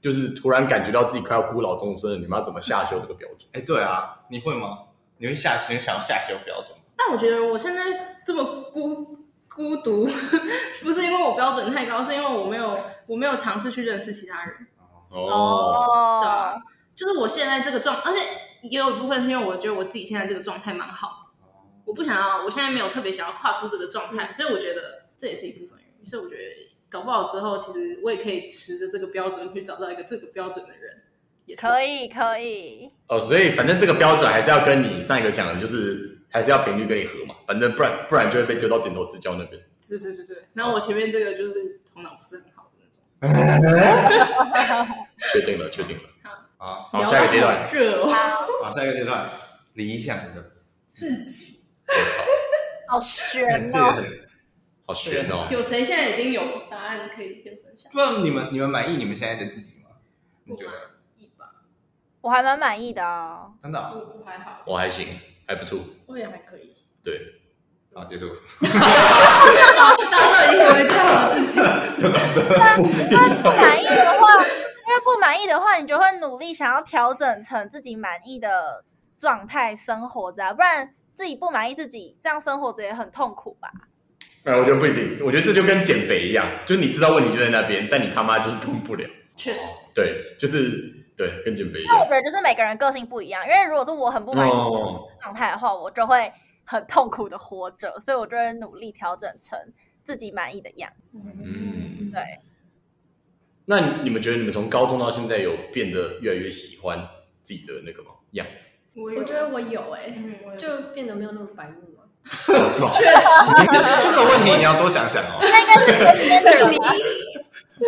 [SPEAKER 4] 就是突然感觉到自己快要孤老终生了，你们要怎么下修这个标准？
[SPEAKER 1] 哎，对啊，你会吗？你会下你想要下修标准吗？
[SPEAKER 2] 但我觉得我现在这么孤孤独， 不是因为我标准太高，是因为我没有我没有尝试去认识其他人。对啊
[SPEAKER 3] 哦，
[SPEAKER 2] 就是我现在这个状，而且也有一部分是因为我觉得我自己现在这个状态蛮好，我不想要，我现在没有特别想要跨出这个状态，所以我觉得这也是一部分原因。所以我觉得搞不好之后，其实我也可以持着这个标准去找到一个这个标准的人，也
[SPEAKER 3] 可
[SPEAKER 2] 以。
[SPEAKER 3] 以可以，
[SPEAKER 4] 哦，所以反正这个标准还是要跟你上一个讲的，就是还是要频率跟你合嘛，反正不然不然就会被丢到点头之交那边。
[SPEAKER 2] 对对对对。然后我前面这个就是头脑不是很好的那种。
[SPEAKER 4] 确定了，确定了。
[SPEAKER 1] 啊，
[SPEAKER 4] 好，下一个阶
[SPEAKER 2] 聊
[SPEAKER 4] 段
[SPEAKER 2] 到，好热哦。
[SPEAKER 1] 好，下一个阶段，理想的，
[SPEAKER 3] 好
[SPEAKER 1] 哎
[SPEAKER 3] 悬
[SPEAKER 1] 这个
[SPEAKER 3] 哦，
[SPEAKER 1] 很
[SPEAKER 4] 好悬哦。
[SPEAKER 2] 有谁现在已经有答案可以先分享？
[SPEAKER 1] 不然你们你们满意你们现在的自己吗？你觉得？
[SPEAKER 2] 一吧，
[SPEAKER 3] 我还蛮满意 的哦。
[SPEAKER 1] 真的啊？
[SPEAKER 2] 我我还好，
[SPEAKER 4] 我还行，还不错。
[SPEAKER 2] 我也还可以。
[SPEAKER 4] 对，
[SPEAKER 1] 好，结束。
[SPEAKER 2] 啊大家都已经成为最好的自己，
[SPEAKER 3] 因为
[SPEAKER 4] 啊
[SPEAKER 3] 不满意的话，因为不满意的话，你就会努力想要调整成自己满意的状态生活着、啊，不然自己不满意自己，这样生活着也很痛苦吧？
[SPEAKER 4] 哎，我觉得不一定，我觉得这就跟减肥一样，就是你知道问题就在那边，但你他妈就是动不了。
[SPEAKER 2] 确实。
[SPEAKER 4] 对，就是对，跟减肥一
[SPEAKER 3] 那我
[SPEAKER 4] 样。
[SPEAKER 3] 觉得就是每个人个性不一样，因为如果是我很不满意的
[SPEAKER 4] 哦，
[SPEAKER 3] 状态的话，我就会很痛苦的活着，所以我就会努力调整成自己满意的样子。
[SPEAKER 4] 嗯，
[SPEAKER 3] 对。
[SPEAKER 4] 那你们觉得你们从高中到现在有变得越来越喜欢自己的那个吗样子？
[SPEAKER 2] 我
[SPEAKER 5] 我觉得我有哎、
[SPEAKER 2] 嗯，我就
[SPEAKER 5] 就变得没有那么白目了。
[SPEAKER 4] 哦是吧？
[SPEAKER 2] 确实，
[SPEAKER 1] 这个问题你要多想想 哦。
[SPEAKER 3] 那应该是身边的人吧，
[SPEAKER 4] 我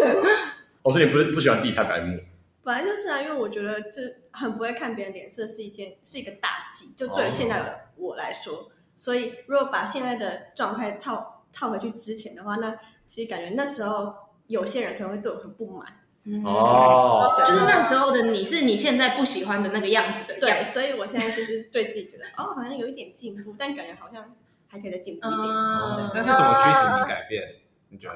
[SPEAKER 4] 哦说你不是不喜欢自己太白目，
[SPEAKER 5] 本来就是啊，因为我觉得就很不会看别人脸色是一件是一个大忌，就对于现在的我来说。所以如果把现在的状态套套回去之前的话，那其实感觉那时候有些人可能会对我很不满。
[SPEAKER 2] 嗯
[SPEAKER 4] 哦，
[SPEAKER 5] 对
[SPEAKER 2] 就是那时候的你是你现在不喜欢的那个样子的
[SPEAKER 5] 对，
[SPEAKER 2] 样子。
[SPEAKER 5] 所以我现在就是对自己觉得哦，好像有一点进步，但感觉好像还可以再进步一点。
[SPEAKER 2] 嗯，
[SPEAKER 1] 但是什么驱使你改变？你觉得？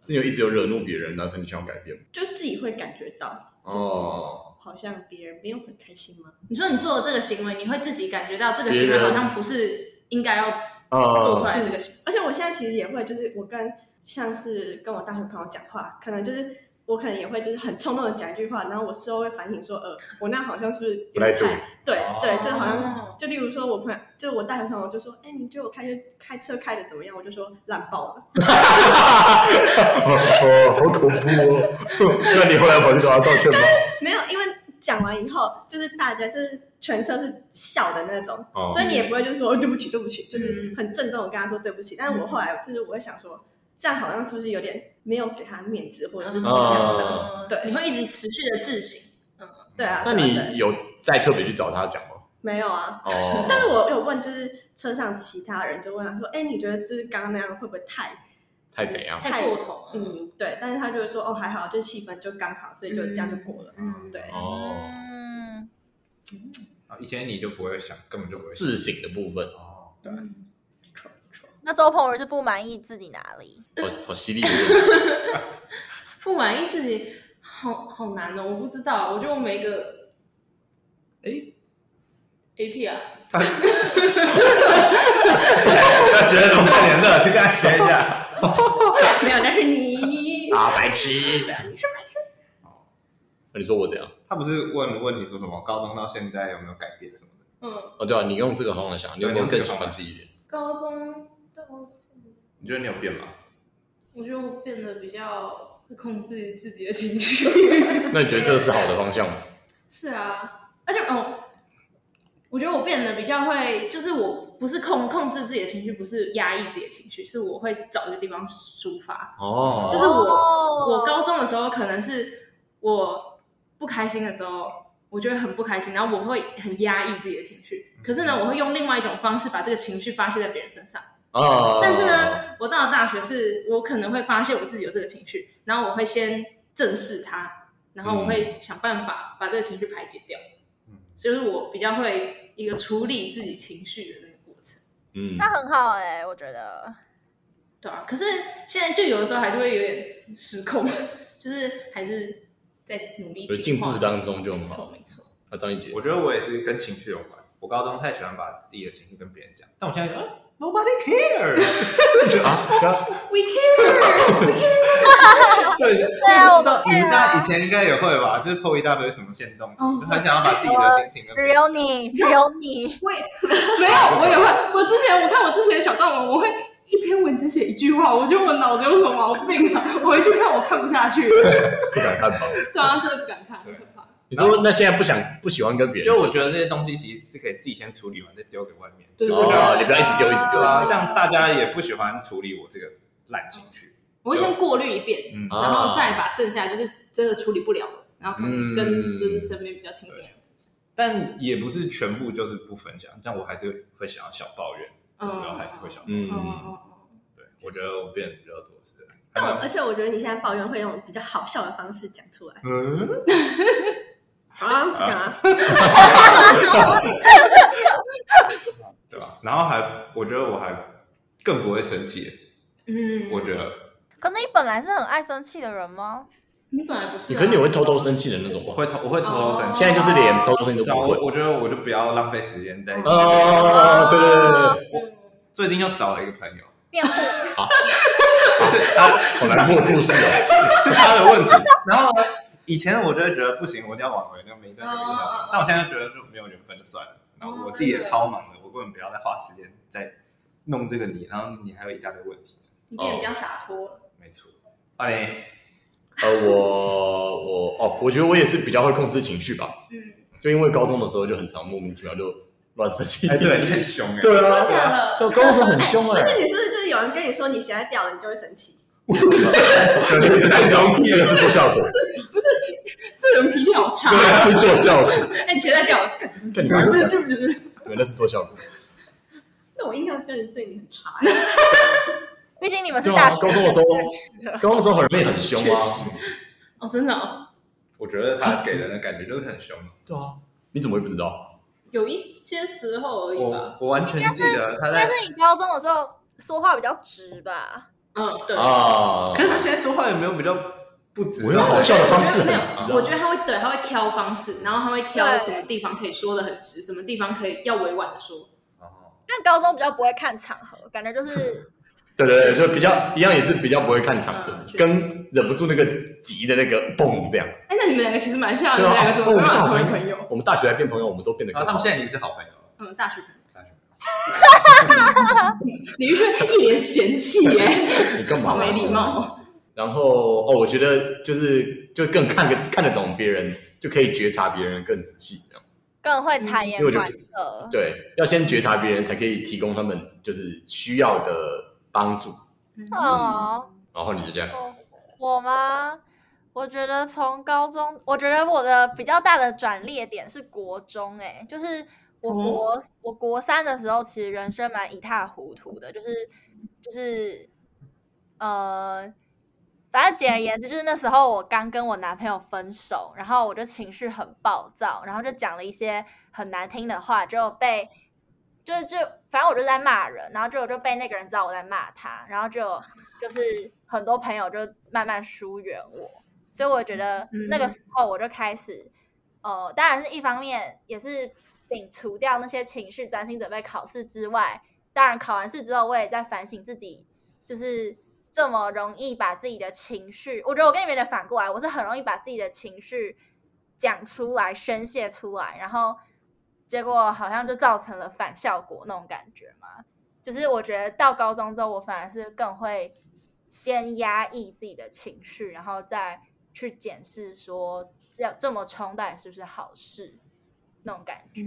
[SPEAKER 4] 是你有一直有惹怒别人，然后所以你想要改变吗？
[SPEAKER 5] 呃就自己会感觉到，
[SPEAKER 4] 哦，
[SPEAKER 5] 好像别人没有很开心吗？
[SPEAKER 2] 你说你做的这个行为，你会自己感觉到这个
[SPEAKER 4] 别
[SPEAKER 2] 行为
[SPEAKER 4] 人
[SPEAKER 2] 好像不是应该要做出
[SPEAKER 4] 哦，
[SPEAKER 2] 来的这个行为。
[SPEAKER 5] 而且我现在其实也会，就是我跟像是跟我大学朋友讲话，可能就是我可能也会就是很冲动的讲一句话，然后我事后会反省说，呃，我那样好像是不是
[SPEAKER 4] 不太对？
[SPEAKER 5] 对
[SPEAKER 1] 哦
[SPEAKER 5] 对，就嗯好像
[SPEAKER 2] 哦
[SPEAKER 5] 就例如说我朋友，就我大学朋友就说，哎，你觉得我开车开车开的怎么样？我就说烂爆了。
[SPEAKER 4] 哦， 好恐怖哦！那你后来跑去找他道歉 吗？
[SPEAKER 5] 没有，因为讲完以后，就是大家就是全车是笑的那种，
[SPEAKER 4] 哦
[SPEAKER 5] 所以你也不会就是说哦对不起对不起，就是很郑重的跟他说对不起。但是我后来就是我会想说，这样好像是不是有点没有给他面子，或者是怎么样的？
[SPEAKER 4] 哦
[SPEAKER 2] 嗯
[SPEAKER 5] 对
[SPEAKER 2] 你会一直持续的自省。
[SPEAKER 5] 对啊，
[SPEAKER 4] 那
[SPEAKER 5] 对啊对
[SPEAKER 4] 你有再特别去找他讲吗？
[SPEAKER 5] 没有啊？
[SPEAKER 4] 哦，
[SPEAKER 5] 但是我有问，就是车上其他人就问他说，哎，你觉得就是刚刚那样会不会太
[SPEAKER 4] 太怎样？
[SPEAKER 2] 太过头了
[SPEAKER 5] 嗯，对。但是他就是说，哦，还好，就气氛就刚好，所以就这样就过了。
[SPEAKER 2] 嗯，
[SPEAKER 5] 对，
[SPEAKER 4] 哦，
[SPEAKER 3] 嗯，
[SPEAKER 1] 啊以前你就不会想，根本就不会想。
[SPEAKER 4] 自省的部分，
[SPEAKER 1] 哦，
[SPEAKER 3] 那周鹏宇是不满意自己哪里？
[SPEAKER 4] 好好犀利的问题。
[SPEAKER 2] 不满意自己，好好难哦，我不知道，我觉得我每一个
[SPEAKER 1] 哎，
[SPEAKER 2] A P 啊，
[SPEAKER 1] 要学怎么看脸色，去跟他学一下。
[SPEAKER 5] 没有，但是 你
[SPEAKER 4] 啊，白痴！哦那你说我怎样？
[SPEAKER 1] 他不是问问你说什么？高中到现在有没有改变什么的？
[SPEAKER 2] 嗯，
[SPEAKER 4] 哦，对啊，你用这个方法想，你有没有更喜欢自己一点？
[SPEAKER 2] 高中到现在
[SPEAKER 1] 你觉得你有变吗？
[SPEAKER 2] 我觉得我变得比较会控制自己的情绪。
[SPEAKER 4] 那你觉得这是好的方向吗？
[SPEAKER 2] 是啊，而且哦，我觉得我变得比较会，就是我不是控控制自己的情绪，不是压抑自己的情绪，是我会找一个地方抒发。
[SPEAKER 4] 哦
[SPEAKER 2] 就是我
[SPEAKER 3] 哦
[SPEAKER 2] 我高中的时候可能是我不开心的时候，我就会很不开心，然后我会很压抑自己的情绪。可是呢，我会用另外一种方式把这个情绪发泄在别人身上。
[SPEAKER 4] 哦
[SPEAKER 2] 但是，呢，我到了大学是，我可能会发现我自己有这个情绪，然后我会先正视它，然后我会想办法把这个情绪排解掉。
[SPEAKER 1] 嗯
[SPEAKER 2] 所以我比较会一个处理自己情绪的那个过程，
[SPEAKER 4] 嗯
[SPEAKER 3] 那很好哎、我觉得
[SPEAKER 2] 对啊。可是现在就有的时候还是会有点失控， 就是还是在努力
[SPEAKER 4] 有
[SPEAKER 2] 进
[SPEAKER 4] 进
[SPEAKER 2] 化
[SPEAKER 4] 步当中就很
[SPEAKER 2] 没错
[SPEAKER 4] 好。
[SPEAKER 2] 没错，
[SPEAKER 4] 啊，张一杰，
[SPEAKER 1] 我觉得我也是跟情绪有关。我高中太喜欢把自己的情绪跟别人讲，但我现在就、啊、nobody care，
[SPEAKER 4] 啊
[SPEAKER 2] We care，We care。
[SPEAKER 1] 对
[SPEAKER 3] 对啊
[SPEAKER 1] 不知道你
[SPEAKER 3] 我们
[SPEAKER 1] 们
[SPEAKER 3] care
[SPEAKER 1] 大家以前应该也会吧？就是 PO 一大堆什么限动，
[SPEAKER 2] 哦
[SPEAKER 1] 就很想要把自己的心情跟别
[SPEAKER 3] 只
[SPEAKER 1] 人
[SPEAKER 3] 有你，只有你，
[SPEAKER 2] 我也没有，我也会。我之前我看我之前的小账文，我会一篇文只写一句话，我觉得我脑子有什么毛病啊？我回去看，我看不下去。
[SPEAKER 4] 不敢看吧？
[SPEAKER 2] 对啊，真的不敢看，很
[SPEAKER 1] 对
[SPEAKER 2] 可怕。
[SPEAKER 4] 你说那现在不想不喜欢跟别人
[SPEAKER 1] 就
[SPEAKER 4] 讲，
[SPEAKER 1] 我觉得这些东西其实是可以自己先处理完，再丢给外面。
[SPEAKER 2] 对对
[SPEAKER 4] 哦，你
[SPEAKER 2] 对
[SPEAKER 4] 不要一直丢，一直丢一
[SPEAKER 1] 对
[SPEAKER 4] 直
[SPEAKER 1] 啊，
[SPEAKER 4] 丢。
[SPEAKER 1] 这样大家也不喜欢处理我这个烂情绪。
[SPEAKER 2] 我会先过滤一遍，
[SPEAKER 1] 嗯，
[SPEAKER 4] 啊
[SPEAKER 2] 然后再把剩下就是真的处理不了的，然后可能跟
[SPEAKER 4] 嗯
[SPEAKER 2] 就是身边比较亲近的人，
[SPEAKER 1] 但也不是全部就是不分享，但我还是会想要小抱怨，这
[SPEAKER 2] 嗯
[SPEAKER 1] 时候还是会小抱怨。
[SPEAKER 2] 嗯嗯
[SPEAKER 4] 嗯，
[SPEAKER 2] 嗯
[SPEAKER 1] 对，我觉得我变得比较多是。
[SPEAKER 5] 但我
[SPEAKER 1] 还蛮
[SPEAKER 5] 而且我觉得你现在抱怨会用比较好笑的方式讲出 来
[SPEAKER 1] 嗯，
[SPEAKER 5] 啊，不讲啊，
[SPEAKER 1] 对吧？然后还，我觉得我还更不会生气。
[SPEAKER 2] 嗯，嗯
[SPEAKER 1] 我觉得
[SPEAKER 3] 可是你本来是很爱生气的人吗？
[SPEAKER 2] 你本来不是
[SPEAKER 4] 你
[SPEAKER 2] 啊，
[SPEAKER 4] 可你会偷偷生气的那种
[SPEAKER 1] 我
[SPEAKER 4] 吧？
[SPEAKER 1] 会偷，我会偷偷生气。
[SPEAKER 4] 哦现在就是连偷偷生气都
[SPEAKER 1] 对啊，
[SPEAKER 4] 不
[SPEAKER 1] 我
[SPEAKER 4] 会。
[SPEAKER 1] 我觉得我就不要浪费时间在。
[SPEAKER 4] 哦，对对对对对，
[SPEAKER 2] 嗯
[SPEAKER 1] 最近又少了一个 朋友，
[SPEAKER 3] 变化
[SPEAKER 1] 是他
[SPEAKER 4] 好难过的故事哦。
[SPEAKER 1] 是他的问题。然后呢，以前我就会觉得不行，我一定要挽回那每一段友谊都这样但我现在就觉得就没有缘分就算了。然后我自己
[SPEAKER 2] 哦
[SPEAKER 1] 也超忙的，我根本不要再花时间在弄这个你，然后你还有一大堆问题。
[SPEAKER 2] 你变得比较洒脱了，
[SPEAKER 1] 没错，哎阿林，
[SPEAKER 4] 呃，我我哦，我觉得我也是比较会控制情绪吧，
[SPEAKER 2] 嗯，
[SPEAKER 4] 就因为高中的时候就很常莫名其妙就乱生气。
[SPEAKER 1] 哎，对，你很凶哎。
[SPEAKER 4] 对
[SPEAKER 2] 真的假
[SPEAKER 4] 啊，
[SPEAKER 2] 的？
[SPEAKER 4] 就高中时候很凶哎
[SPEAKER 5] 而，且你是不是就是有人跟你说你现在掉了，你就会生气？
[SPEAKER 4] 可能是太凶，这个是做效果，
[SPEAKER 2] 这人脾气好差，
[SPEAKER 4] 对，是做效果，
[SPEAKER 2] 哎，你前在掉，干
[SPEAKER 4] 对，
[SPEAKER 2] 这这这这
[SPEAKER 4] 那是做效果。
[SPEAKER 5] 那我印象真的对你很差，
[SPEAKER 3] 毕竟你们是
[SPEAKER 4] 对
[SPEAKER 3] 大
[SPEAKER 4] 啊，
[SPEAKER 3] 学
[SPEAKER 4] 高中的时候，高中的时候很累很凶啊。
[SPEAKER 2] 哦，真的哦，
[SPEAKER 1] 我觉得他给人的感觉就是很凶。
[SPEAKER 4] 对啊，你怎么会不知道？
[SPEAKER 2] 有一些时候而已吧，
[SPEAKER 1] 我我完全记得他
[SPEAKER 3] 应
[SPEAKER 2] 啊
[SPEAKER 1] 在
[SPEAKER 3] 该，是你高中的时候说话比较直吧？
[SPEAKER 2] 嗯，对，
[SPEAKER 4] 啊
[SPEAKER 1] 可，是他现在说话有没有比较不直？
[SPEAKER 4] 我用好笑的方式很直
[SPEAKER 2] 我
[SPEAKER 4] 啊。
[SPEAKER 2] 觉得他会对，他会挑方式，然后他会挑
[SPEAKER 3] 对
[SPEAKER 2] 什么地方可以说的很直，什么地方可以要委婉的说。
[SPEAKER 1] 哦
[SPEAKER 3] 但高中比较不会看场合，感觉就是
[SPEAKER 4] 对对对，就比较一样，也是比较不会看场
[SPEAKER 2] 嗯
[SPEAKER 4] 合
[SPEAKER 2] 确，实
[SPEAKER 4] 跟忍不住那个急的那个嘣这样。
[SPEAKER 2] 哎，那你们两个其实蛮像的，
[SPEAKER 4] 对
[SPEAKER 2] 你
[SPEAKER 4] 啊
[SPEAKER 2] 们两个怎么
[SPEAKER 4] 哦
[SPEAKER 2] 没
[SPEAKER 4] 我们
[SPEAKER 2] 办
[SPEAKER 4] 是
[SPEAKER 2] 法
[SPEAKER 4] 好
[SPEAKER 2] 成为
[SPEAKER 4] 朋
[SPEAKER 2] 朋友？
[SPEAKER 4] 我们大学还变朋友，我们都变得
[SPEAKER 1] 然
[SPEAKER 4] 更好
[SPEAKER 2] 啊
[SPEAKER 1] 后他们。现在已经是好朋友了。
[SPEAKER 2] 嗯，大学朋友。 李玉轩一脸嫌弃耶，
[SPEAKER 4] 你干嘛？啊
[SPEAKER 2] 好没礼。貌。
[SPEAKER 4] 然后哦，我觉得就是就更看个看得懂别人，就可以觉察别人更仔细。这样
[SPEAKER 3] 更会察
[SPEAKER 4] 因
[SPEAKER 3] 言
[SPEAKER 4] 为我就
[SPEAKER 3] 观色。
[SPEAKER 4] 对，要先觉察别人，才可以提供他们就是需要的帮助。
[SPEAKER 3] 哦，
[SPEAKER 4] 然后你就这样，
[SPEAKER 3] 我吗？我觉得从高中，我觉得我的比较大的转捩点是国中、欸，就是我
[SPEAKER 4] 哦
[SPEAKER 3] 国、我国三的时候，其实人生蛮一塌糊涂的，就是就是呃，反正简而言之，就是那时候我刚跟我男朋友分手，然后我就情绪很暴躁，然后就讲了一些很难听的话，就被就是就反正我就在骂人，然后就就被那个人知道我在骂他，然后就就是很多朋友就慢慢疏远我，所以我觉得那个时候我就开始，呃，当然是一方面也是摒除掉那些情绪，专心准备考试之外，当然考完试之后我也在反省自己，就是这么容易把自己的情绪，我觉得我跟你们的反过来，我是很容易把自己的情绪讲出来、宣泄出来，然后结果好像就造成了反效果那种感觉嘛。就是我觉得到高中之后，我反而是更会先压抑自己的情绪，然后再去检视说这样这么冲到底是不是好事那种感觉。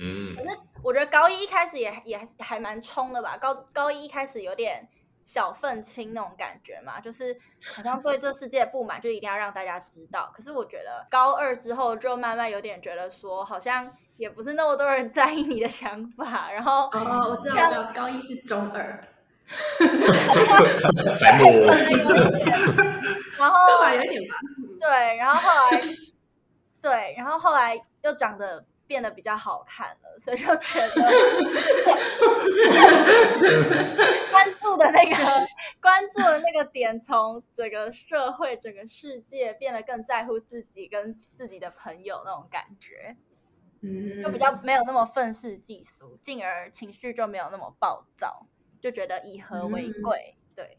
[SPEAKER 4] 嗯，
[SPEAKER 3] 我觉得高一一开始也也还还蛮冲的吧，高高一一开始有点小愤青那种感觉嘛，就是好像对这世界不满，就一定要让大家知道。可是我觉得高二之后就慢慢有点觉得说，好像也不是那么多人 在意你的想法，然后
[SPEAKER 5] 哦，我知道，我知道，高一是中二，
[SPEAKER 4] 白目
[SPEAKER 3] 就那个然后
[SPEAKER 5] 对啊吧？有一点吧。
[SPEAKER 3] 对，然后后来对，然后后来又长得变得比较好看了，所以就觉 得关注的那个关注的那个点，从整个社会、整个世界变得更在乎自己跟自己的朋友那种感觉，
[SPEAKER 2] 嗯，
[SPEAKER 3] 就比较没有那么愤世嫉俗，进而情绪就没有那么暴躁，就觉得以和为
[SPEAKER 2] 嗯
[SPEAKER 3] 贵。对，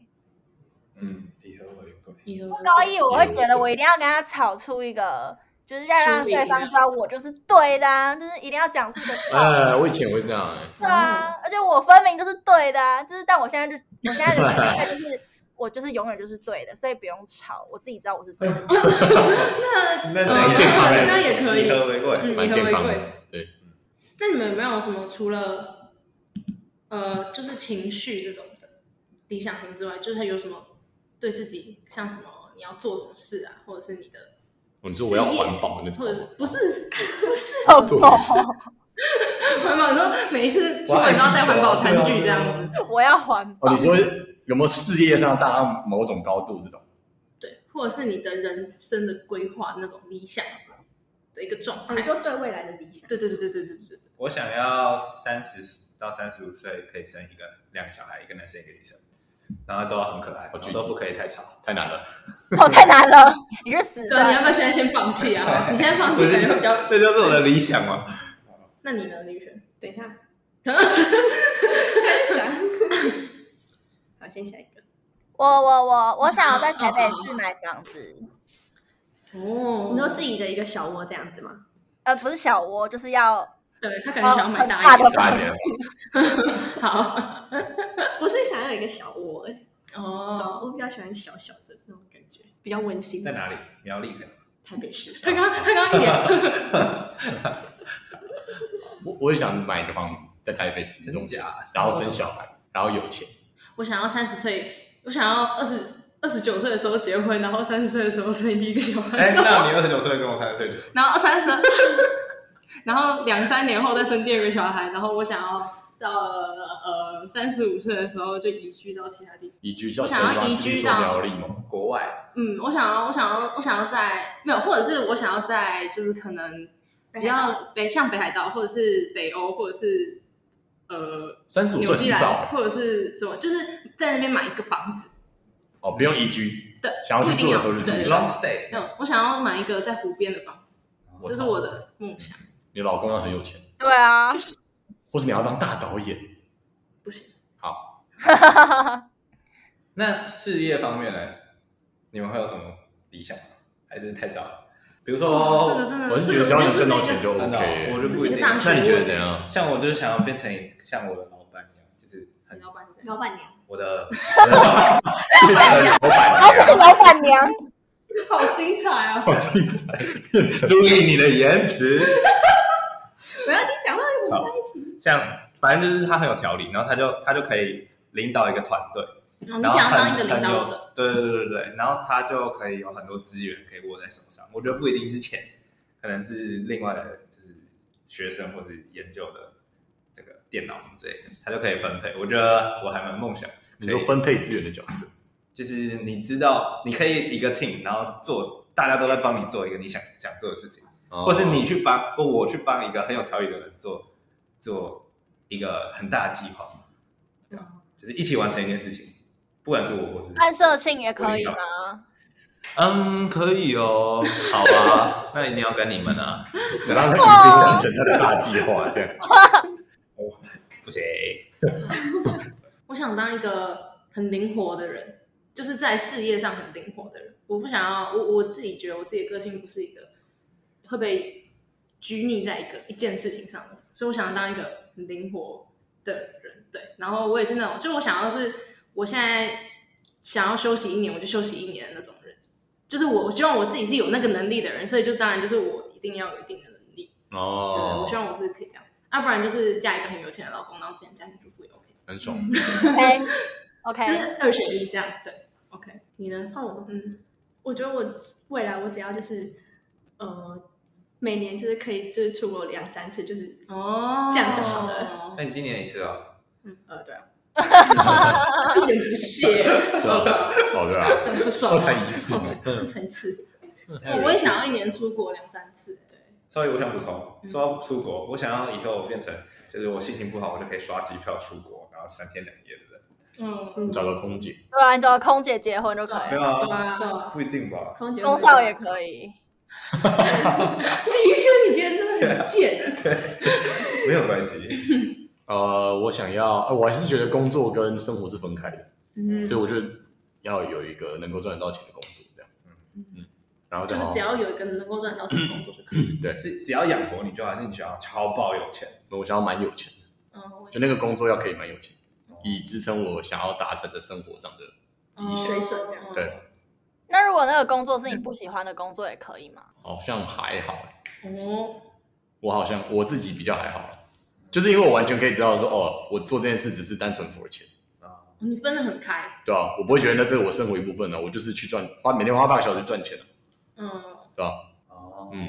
[SPEAKER 1] 嗯，以和为贵。
[SPEAKER 2] 以后
[SPEAKER 3] 高一我
[SPEAKER 4] 嗯
[SPEAKER 3] 会觉得我一定要跟他吵出一个，就是要让
[SPEAKER 4] 啊
[SPEAKER 3] 对方知道我就是对的、啊，就是一定要讲出一个 道理。
[SPEAKER 4] 哎，我以前也会这样哎、
[SPEAKER 3] 对啊，而且我分明就是对的、啊，就是但我现在就我现在的心态 就是我就是永远就是对的，所以不用吵，我自己知道我是对的。
[SPEAKER 2] 那
[SPEAKER 1] 那
[SPEAKER 4] 蛮健康的
[SPEAKER 2] 嗯那哦也可以
[SPEAKER 1] 以。和为贵。
[SPEAKER 2] 嗯
[SPEAKER 4] 蛮健康
[SPEAKER 2] 以和为
[SPEAKER 4] 的
[SPEAKER 2] 贵。
[SPEAKER 4] 对，
[SPEAKER 2] 那你们有没有什么除了呃，就是情绪这种的理想型之外，就是有什么对自己像什么你要做什么事啊，或者是你的
[SPEAKER 4] 我哦说我要环保那种
[SPEAKER 2] 或者，是不是 不是
[SPEAKER 4] 做什么事
[SPEAKER 2] 环保？你说每一次出门都要带环保餐具这样子，
[SPEAKER 3] 我要环
[SPEAKER 4] 哦，
[SPEAKER 3] 保
[SPEAKER 4] 你，说有没有事业上达到某种高度这种？
[SPEAKER 2] 对，或者是你的人生的规划那种理想的一个状态。
[SPEAKER 5] 哦你说对未来的理想，
[SPEAKER 2] 对对对对对对对对，
[SPEAKER 1] 我想要三十到三十五岁可以生一个两个小孩，一个男生一个女生，然后都要很可爱，
[SPEAKER 4] 好具体
[SPEAKER 1] 然后都不可以太吵。
[SPEAKER 4] 太难了，
[SPEAKER 3] 哦，太难了，你是死
[SPEAKER 2] 对啊，你要
[SPEAKER 3] 的。
[SPEAKER 2] 不要现在先放弃啊？你现在放弃
[SPEAKER 1] 这
[SPEAKER 2] 感觉会
[SPEAKER 1] 就是
[SPEAKER 2] 比较……
[SPEAKER 1] 这就是我的理想啊嘛。
[SPEAKER 2] 那你呢，李宇轩？
[SPEAKER 5] 等一下，
[SPEAKER 2] 可
[SPEAKER 5] 想好，先下一个。
[SPEAKER 3] 我我我我想要在台北市买房子，
[SPEAKER 2] 哦，
[SPEAKER 5] 你说自己的一个小窝这样子吗？
[SPEAKER 3] 呃，不是小窝，就是要
[SPEAKER 2] 对他可能想要买
[SPEAKER 3] 哦很
[SPEAKER 2] 大一
[SPEAKER 3] 的
[SPEAKER 2] 点。
[SPEAKER 3] 房
[SPEAKER 4] 大
[SPEAKER 3] 子
[SPEAKER 4] 一。点。
[SPEAKER 2] 好，
[SPEAKER 5] 我是想要有一个小窝，哎，
[SPEAKER 2] 哦，
[SPEAKER 5] 我比较喜欢小小的那种感觉，比较温馨。
[SPEAKER 1] 在哪里？苗栗可能。
[SPEAKER 5] 台北市。
[SPEAKER 2] 他刚他刚一脸，
[SPEAKER 4] 我我也想买一个房子在台北市中心
[SPEAKER 1] 真假，
[SPEAKER 4] 然后生小孩，然后有钱，
[SPEAKER 2] 我想要三十岁，我想要二十二十九岁的时候结婚，然后三十岁的时候生第一个小孩，
[SPEAKER 1] 哎，那你二十九岁跟我三十岁的，
[SPEAKER 2] 然后三十， 然后两三年后再生第二个小孩，然后我想要到呃三十五岁的时候就移居到其他地方。
[SPEAKER 4] 移居到
[SPEAKER 2] 我想要
[SPEAKER 4] 台湾
[SPEAKER 2] 移居
[SPEAKER 4] 比如说
[SPEAKER 2] 到
[SPEAKER 4] 苗栗嘛，
[SPEAKER 1] 国外
[SPEAKER 2] 嗯，我想要，我想要，我想要在没有，或者是我想要在就是可能比较北像北海道，或者是北欧，或者是呃
[SPEAKER 4] 三十五
[SPEAKER 2] 纽
[SPEAKER 4] 岁
[SPEAKER 2] 西
[SPEAKER 4] 很早欸
[SPEAKER 2] 兰或者是什么，就是在那边买一个房子。
[SPEAKER 4] 哦，不用移居，
[SPEAKER 2] 对，
[SPEAKER 4] 想要去住的时候就
[SPEAKER 2] 不一
[SPEAKER 4] 住
[SPEAKER 2] 定
[SPEAKER 4] 一
[SPEAKER 2] 有
[SPEAKER 4] 下
[SPEAKER 1] long。stay，
[SPEAKER 2] 嗯，我想要买一个在湖边的房子，这是
[SPEAKER 4] 操
[SPEAKER 2] 我，的梦想。
[SPEAKER 4] 你老公要很有钱，
[SPEAKER 3] 对啊，
[SPEAKER 4] 或是你要当大导演，
[SPEAKER 2] 不行，
[SPEAKER 1] 那事业方面呢？你们会有什么理想吗？还是太早了？比如说，
[SPEAKER 2] 这个真的，
[SPEAKER 4] 哦我是觉
[SPEAKER 2] 这
[SPEAKER 4] 得
[SPEAKER 2] 个
[SPEAKER 4] 只要你
[SPEAKER 2] 这
[SPEAKER 4] 挣
[SPEAKER 2] 是
[SPEAKER 4] 到
[SPEAKER 2] 一个
[SPEAKER 4] 钱就
[SPEAKER 1] 真的哦，我
[SPEAKER 4] OK。
[SPEAKER 1] 就不
[SPEAKER 2] 这
[SPEAKER 1] 一
[SPEAKER 2] 是一
[SPEAKER 1] 定
[SPEAKER 2] 个。大学
[SPEAKER 4] 那你觉得怎样？
[SPEAKER 1] 像我就是想要变成一个像我的老板一样，就是很
[SPEAKER 2] 老板是这样
[SPEAKER 5] 老板娘，
[SPEAKER 1] 我的
[SPEAKER 4] 老板
[SPEAKER 3] 他是老板娘，
[SPEAKER 2] 好精彩哦！
[SPEAKER 4] 好精彩！
[SPEAKER 1] 注意你的言辞。
[SPEAKER 5] 我要你讲话，我们在一起。
[SPEAKER 1] 像反正就是他很有条理，然后他就他就可以领导一个团队，
[SPEAKER 2] 哦你
[SPEAKER 1] 然后
[SPEAKER 2] 想要当一
[SPEAKER 1] 很
[SPEAKER 2] 个领导者，，
[SPEAKER 1] 很有对对对对对，然后他就可以有很多资源可以握在手上。我觉得不一定是钱，可能是另外的，就是学生或是研究的这个电脑什么之类的，他就可以分配。我觉得我还蛮梦想，
[SPEAKER 4] 你说分配资源的角色，
[SPEAKER 1] 就是你知道你可以一个 team，然后做大家都在帮你做一个你想想做的事情。或
[SPEAKER 4] 或
[SPEAKER 1] 是你去帮，或我去帮一个很有条理的人做做一个很大的计划，对啊吧就是一起完成一件事情，不管是我或是
[SPEAKER 3] 办社庆也可以吗？
[SPEAKER 1] 嗯，可以哦，好啊，那一定要跟你们啊，
[SPEAKER 4] 然后他完成他的大计划，这样。
[SPEAKER 1] 不行，
[SPEAKER 2] 我想当一个很灵活的人，就是在事业上很灵活的人。我不想要，我我自己觉得我自己的个性不是一个会被拘泥在一个一件事情上的，所以我想要当一个很灵活的人。对，然后我也是那种，就我想要是，我现在想要休息一年，我就休息一年的那种人。就是我，我希望我自己是有那个能力的人，所以就当然就是我一定要有一定的能力。对，我
[SPEAKER 4] 哦
[SPEAKER 2] 希，望我是可以这样。要不然就是嫁一个很有钱的老公，然后变成家庭主妇也 OK，
[SPEAKER 4] 很爽。
[SPEAKER 3] OK
[SPEAKER 2] 就
[SPEAKER 3] OK，
[SPEAKER 2] 是二选一这样。对，OK，你呢？
[SPEAKER 5] 换我吗
[SPEAKER 2] 嗯，
[SPEAKER 5] 我觉得我未来我只要就是呃，每年就是可以就是出国两三次，就是
[SPEAKER 2] 哦，
[SPEAKER 5] 这样就好了
[SPEAKER 1] 那你今年一次啊？
[SPEAKER 5] 呃，对啊，
[SPEAKER 2] 一点不 屑，
[SPEAKER 4] 哦，对啊，
[SPEAKER 2] 这样就算
[SPEAKER 4] 我
[SPEAKER 2] 了，
[SPEAKER 4] 才一次嗯呢。
[SPEAKER 2] 不成次。哦我我也想要一年出国两三次，对，
[SPEAKER 1] 稍微我想补充，说到出国，我想要以后变成，就是我心情不好，我就可以刷机票出国，然后三天两夜，对不对？
[SPEAKER 2] 嗯，
[SPEAKER 4] 找个空姐，
[SPEAKER 3] 对啊，你找个空姐结婚就可以
[SPEAKER 1] 没
[SPEAKER 3] 了，
[SPEAKER 1] 有
[SPEAKER 5] 对
[SPEAKER 1] 啊，
[SPEAKER 5] 啊，
[SPEAKER 2] 啊，
[SPEAKER 1] 不一定吧？
[SPEAKER 5] 空姐
[SPEAKER 3] 空少也可以。
[SPEAKER 2] 李玉，你今天真的很贱，
[SPEAKER 1] 没有关系，
[SPEAKER 4] 呃，我想要，呃我还是觉得工作跟生活是分开的，
[SPEAKER 2] 嗯，
[SPEAKER 4] 所以我就要有一个能够赚得到钱的工作，这样，嗯嗯，然后
[SPEAKER 2] 就
[SPEAKER 4] 再
[SPEAKER 2] 是
[SPEAKER 4] 好好
[SPEAKER 2] 只要有一个能够赚到钱的工作就可以。
[SPEAKER 1] 是只要养活你就好，还是你想要超爆有钱？
[SPEAKER 4] 我想要蛮有钱的，
[SPEAKER 2] 嗯，我
[SPEAKER 4] 就那个工作要可以蛮有钱，以支撑我想要达成的生活上的。
[SPEAKER 2] 以
[SPEAKER 5] 水准这
[SPEAKER 2] 哦
[SPEAKER 5] 样
[SPEAKER 4] 对
[SPEAKER 3] 那如果那个工作是你不喜欢的工作，也可以吗？
[SPEAKER 4] 好像还好欸，
[SPEAKER 2] 哦，
[SPEAKER 4] 我好像我自己比较还好，就是因为我完全可以知道说，哦，我做这件事只是单纯 for 钱，
[SPEAKER 2] 你分得很开，
[SPEAKER 4] 对啊吧、我不会觉得那这是我生活一部分呢，啊我就是去赚，花每天花半个小时赚钱啊
[SPEAKER 2] 嗯，
[SPEAKER 4] 对吧、
[SPEAKER 1] 哦
[SPEAKER 4] 嗯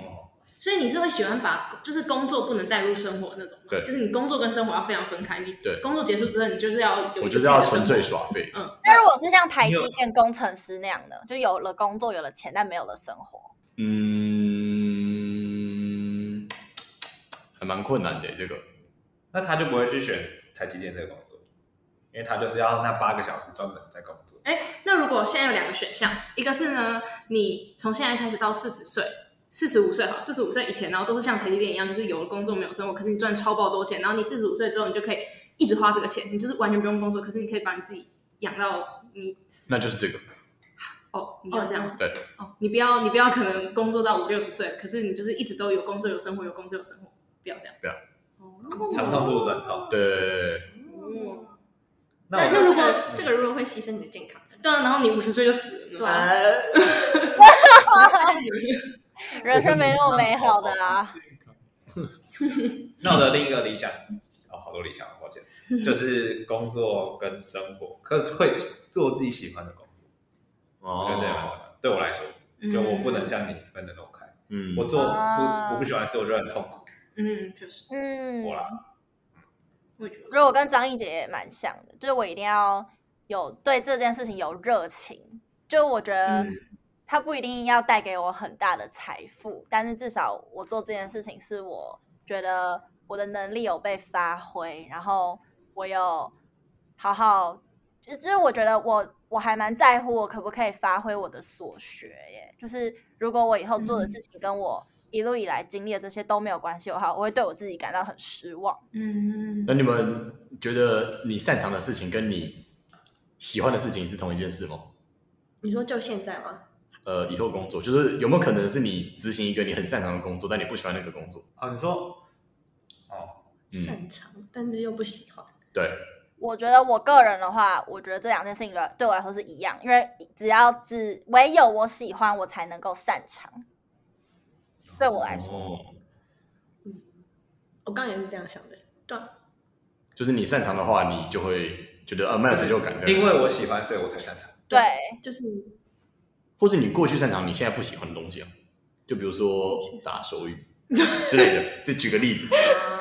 [SPEAKER 2] 所以你是会喜欢把就是工作不能带入生活那种吗？
[SPEAKER 4] 对
[SPEAKER 2] 就是你工作跟生活要非常分开。你
[SPEAKER 4] 对
[SPEAKER 2] 工作结束之后，你就是要有一个
[SPEAKER 4] 我就是要
[SPEAKER 2] 自己
[SPEAKER 4] 纯
[SPEAKER 2] 的生
[SPEAKER 4] 粹
[SPEAKER 2] 活。
[SPEAKER 4] 耍废。
[SPEAKER 2] 嗯，
[SPEAKER 3] 那如果是像台
[SPEAKER 8] 你有
[SPEAKER 3] 积电工程师那样的，就有了工作，有了钱，但没有了生活，
[SPEAKER 4] 嗯，还蛮困难的这个。
[SPEAKER 1] 那他就不会去选台积电这个工作，因为他就是要那八个小时专门在工作。
[SPEAKER 2] 那如果现在有两个选项，一个是呢，你从现在开始到四十岁。四十五岁好，四十五岁以前，然后都是像台积电一样，就是有了工作没有生活，可是你赚超爆多钱，然后你四十五岁之后，你就可以一直花这个钱，你就是完全不用工作，可是你可以把你自己养到你
[SPEAKER 4] 那就是这个，
[SPEAKER 2] 哦，你要这样，
[SPEAKER 4] 对，
[SPEAKER 2] 哦，你不要你不要可能工作到五六十岁，可是你就是一直都有工作有生活有工作有生活，不要这样，
[SPEAKER 4] 不要
[SPEAKER 2] 哦，
[SPEAKER 1] 长痛不如短痛。
[SPEAKER 4] 对对对对
[SPEAKER 2] 哦
[SPEAKER 1] 那我
[SPEAKER 2] 那如果
[SPEAKER 5] 这个这个如果会牺牲你的健康的，
[SPEAKER 2] 对啊，然后你五十岁就死了，
[SPEAKER 5] 对啊，
[SPEAKER 1] 呃
[SPEAKER 3] 人生没那么美好的啊啦。
[SPEAKER 1] 那我的另一个理想，哦，好多理想，抱歉，就是工作跟生活，可会做自己喜欢的工作，我觉得这也蛮重
[SPEAKER 4] 哦，
[SPEAKER 1] 要的。对我来说，
[SPEAKER 2] 嗯
[SPEAKER 1] 就我不能像你分得那么开，
[SPEAKER 4] 嗯，
[SPEAKER 1] 我做
[SPEAKER 3] 啊
[SPEAKER 1] 不我不喜欢的事，我觉得很痛苦。
[SPEAKER 2] 嗯，就是
[SPEAKER 3] 嗯，
[SPEAKER 1] 我啦，
[SPEAKER 2] 我也觉得
[SPEAKER 3] 我觉得我跟张艺姐也蛮像的，就是我一定要有对这件事情有热情。就我觉得
[SPEAKER 2] 嗯
[SPEAKER 3] 它不一定要带给我很大的财富，但是至少我做这件事情是我觉得我的能力有被发挥，然后我有好好，就就是我觉得我我还蛮在乎我可不可以发挥我的所学耶。就是如果我以后做的事情跟我一路以来经历的这些都没有关系的话，我会对我自己感到很失望。
[SPEAKER 2] 嗯
[SPEAKER 4] 那你们觉得你擅长的事情跟你喜欢的事情是同一件事吗？
[SPEAKER 5] 你说就现在吗？
[SPEAKER 4] 呃，以后工作就是有没有可能是你执行一个你很擅长的工作，但你不喜欢那个工作？
[SPEAKER 1] 哦，你说，哦，
[SPEAKER 4] 嗯，
[SPEAKER 5] 擅长，但是又不喜欢。
[SPEAKER 4] 对，
[SPEAKER 3] 我觉得我个人的话，我觉得这两件事情对对我来说是一样，因为只要只唯有我喜欢，我才能够擅长。对我来说，
[SPEAKER 4] 哦，
[SPEAKER 5] 我刚刚也是这样想的，对啊，
[SPEAKER 4] 就是你擅长的话，你就会觉得啊蛮有成就感的，
[SPEAKER 1] 因为我喜欢，所以我才擅长。
[SPEAKER 3] 对，
[SPEAKER 5] 就是
[SPEAKER 4] 或是你过去擅长你现在不喜欢的东西啊，就比如说打手语之类的， 就举个例子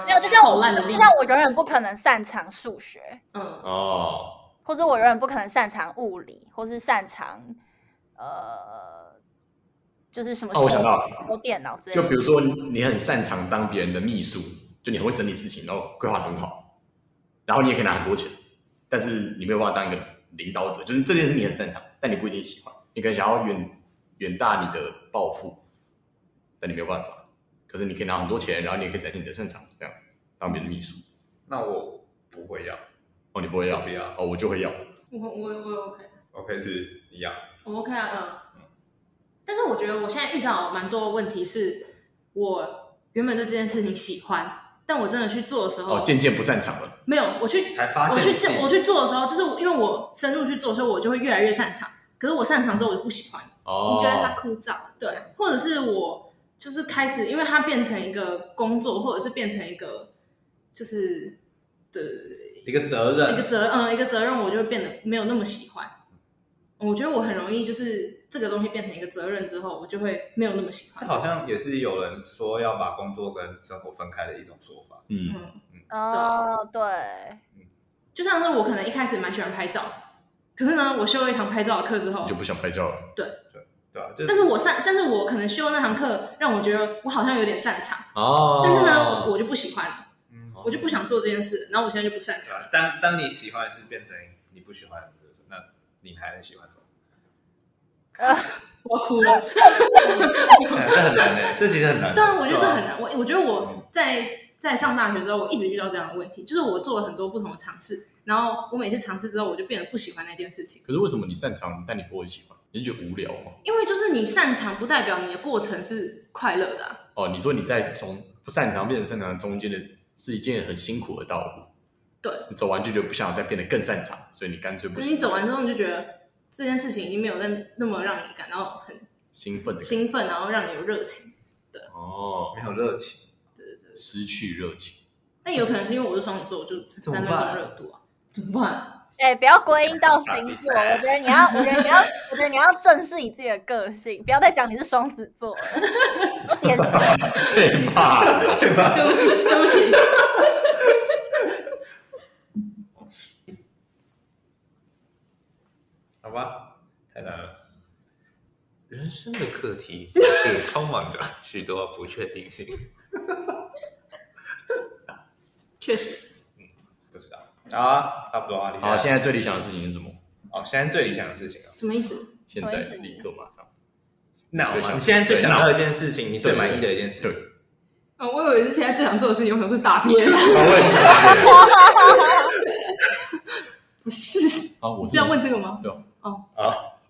[SPEAKER 3] 没有就像
[SPEAKER 2] 好
[SPEAKER 3] 我
[SPEAKER 2] 烂的例
[SPEAKER 3] 就
[SPEAKER 2] 子
[SPEAKER 3] 像我永远不可能擅长数学，
[SPEAKER 2] 嗯
[SPEAKER 4] 哦，
[SPEAKER 3] 或者我永远不可能擅长物理，或是擅长呃，就是什么
[SPEAKER 4] 哦我想
[SPEAKER 3] 修
[SPEAKER 4] 到了
[SPEAKER 3] 修电脑之类
[SPEAKER 4] 就
[SPEAKER 3] 的
[SPEAKER 4] 比。如说你很擅长当别人的秘书，就你很会整理事情，然后规划得很好，然后你也可以拿很多钱，但是你没有办法当一个领导者，就是这件事你很擅长，但你不一定喜欢，你可能想要远远大你的抱负，但你没有办法，可是你可以拿很多钱，然后你也可以展现你的擅长，这样当别人的秘书，
[SPEAKER 1] 那我不会要，
[SPEAKER 4] 哦，你不会要
[SPEAKER 1] 我不要，
[SPEAKER 4] 哦，我就会要，
[SPEAKER 2] 我我我也 OK，
[SPEAKER 1] 我可以是一样。
[SPEAKER 2] 我 OK 啊，嗯。但是我觉得我现在遇到蛮多的问题是，我原本对这件事情喜欢，但我真的去做的时候，
[SPEAKER 4] 哦，渐渐不擅长了，
[SPEAKER 2] 没有我去
[SPEAKER 1] 才发现
[SPEAKER 2] 我去
[SPEAKER 1] 自己
[SPEAKER 2] 这我去做的时候，就是因为我深入去做，所以我就会越来越擅长。可是我擅长之后，我就不喜欢。
[SPEAKER 4] 哦，
[SPEAKER 5] 你觉得它枯燥，
[SPEAKER 2] 对，或者是我就是开始，因为它变成一个工作，或者是变成一个就是对对对
[SPEAKER 1] 一个责
[SPEAKER 2] 一个
[SPEAKER 1] 任，
[SPEAKER 2] 责嗯、一个责任，我就会变得没有那么喜欢。我觉得我很容易就是这个东西变成一个责任之后，我就会没有那么喜
[SPEAKER 1] 这
[SPEAKER 2] 欢。
[SPEAKER 1] 好像也是有人说要把工作跟生活分开的一种说法。
[SPEAKER 4] 嗯，
[SPEAKER 2] 嗯，
[SPEAKER 3] 哦，对，
[SPEAKER 2] 就像是我可能一开始蛮喜欢拍照，可是呢，我修了一堂拍照的课之
[SPEAKER 5] 嗯
[SPEAKER 2] 后
[SPEAKER 4] 你就，不想拍照了
[SPEAKER 1] 对啊，就是
[SPEAKER 2] 但是我擅，但是我可能修那堂课让我觉得我好像有点擅长，
[SPEAKER 4] 哦
[SPEAKER 2] 但是呢，我就不喜欢了，
[SPEAKER 1] 嗯
[SPEAKER 2] 我就不想做这件事，然后我现在就不擅
[SPEAKER 1] 对
[SPEAKER 2] 长。
[SPEAKER 1] 啊当当你喜欢的事变成你不喜欢的事，那你还能喜欢什么？
[SPEAKER 2] 我要哭了。
[SPEAKER 1] 哎这很难诶，这其实很难。
[SPEAKER 2] 对啊，我觉得这
[SPEAKER 1] 对啊
[SPEAKER 2] 很难。我我觉得我在在上大学之后，我一直遇到这样的问题，就是我做了很多不同的尝试，然后我每次尝试之后，我就变得不喜欢那件事情，
[SPEAKER 4] 可是为什么你擅长，但你不会喜欢？你就觉得无聊吗？
[SPEAKER 2] 因为就是你擅长不代表你的过程是快乐的啊、
[SPEAKER 4] 哦，你说你在从不擅长变成擅长中间的是一件很辛苦的道路，
[SPEAKER 2] 对，
[SPEAKER 4] 你走完就觉得不想再变得更擅长，所以你干脆不
[SPEAKER 2] 就
[SPEAKER 4] 喜
[SPEAKER 2] 是你走完之后，你就觉得这件事情已经没有那那么让你感到很
[SPEAKER 4] 兴奋的感觉
[SPEAKER 2] 兴奋，然后让你有热情。
[SPEAKER 4] 哦，
[SPEAKER 1] 没有热 情，
[SPEAKER 4] 失去热情。
[SPEAKER 2] 但有可能是因为我是双鱼座，我就
[SPEAKER 1] 怎
[SPEAKER 2] 三
[SPEAKER 1] 么
[SPEAKER 2] 分
[SPEAKER 1] 办
[SPEAKER 2] 钟热度啊，怎么办啊？
[SPEAKER 3] 哎，不要归因到星座，我觉得你要，我觉得你要，我觉得你要正视你自己的个性，不要再讲你是双子座了， 天蝎
[SPEAKER 4] 被骂了，
[SPEAKER 1] 对吧？
[SPEAKER 2] 对不起，对不起。
[SPEAKER 1] 好吧，太难了。
[SPEAKER 2] 嗯
[SPEAKER 1] 人生的 课题是充满着许多不确定性，
[SPEAKER 2] 确实，
[SPEAKER 1] 不知道。啊，差不多啊，你
[SPEAKER 4] 好，
[SPEAKER 1] 现
[SPEAKER 4] 现在最理想的事情是什么？
[SPEAKER 1] 哦，现在最理想的事情啊，
[SPEAKER 2] 什么意思？
[SPEAKER 4] 现在立刻马上。
[SPEAKER 1] 那
[SPEAKER 4] 最想
[SPEAKER 1] 你现在最想
[SPEAKER 4] 对
[SPEAKER 1] 到一件事情，你最
[SPEAKER 4] 对
[SPEAKER 1] 满意的一件事，
[SPEAKER 4] 对，
[SPEAKER 2] 哦，我以为是现在最想做的事情，有可能是大便。
[SPEAKER 4] 我也想大便
[SPEAKER 2] 不是，
[SPEAKER 4] 啊，我
[SPEAKER 2] 是要问这个吗？
[SPEAKER 4] 对啊
[SPEAKER 2] 哦，
[SPEAKER 1] 啊，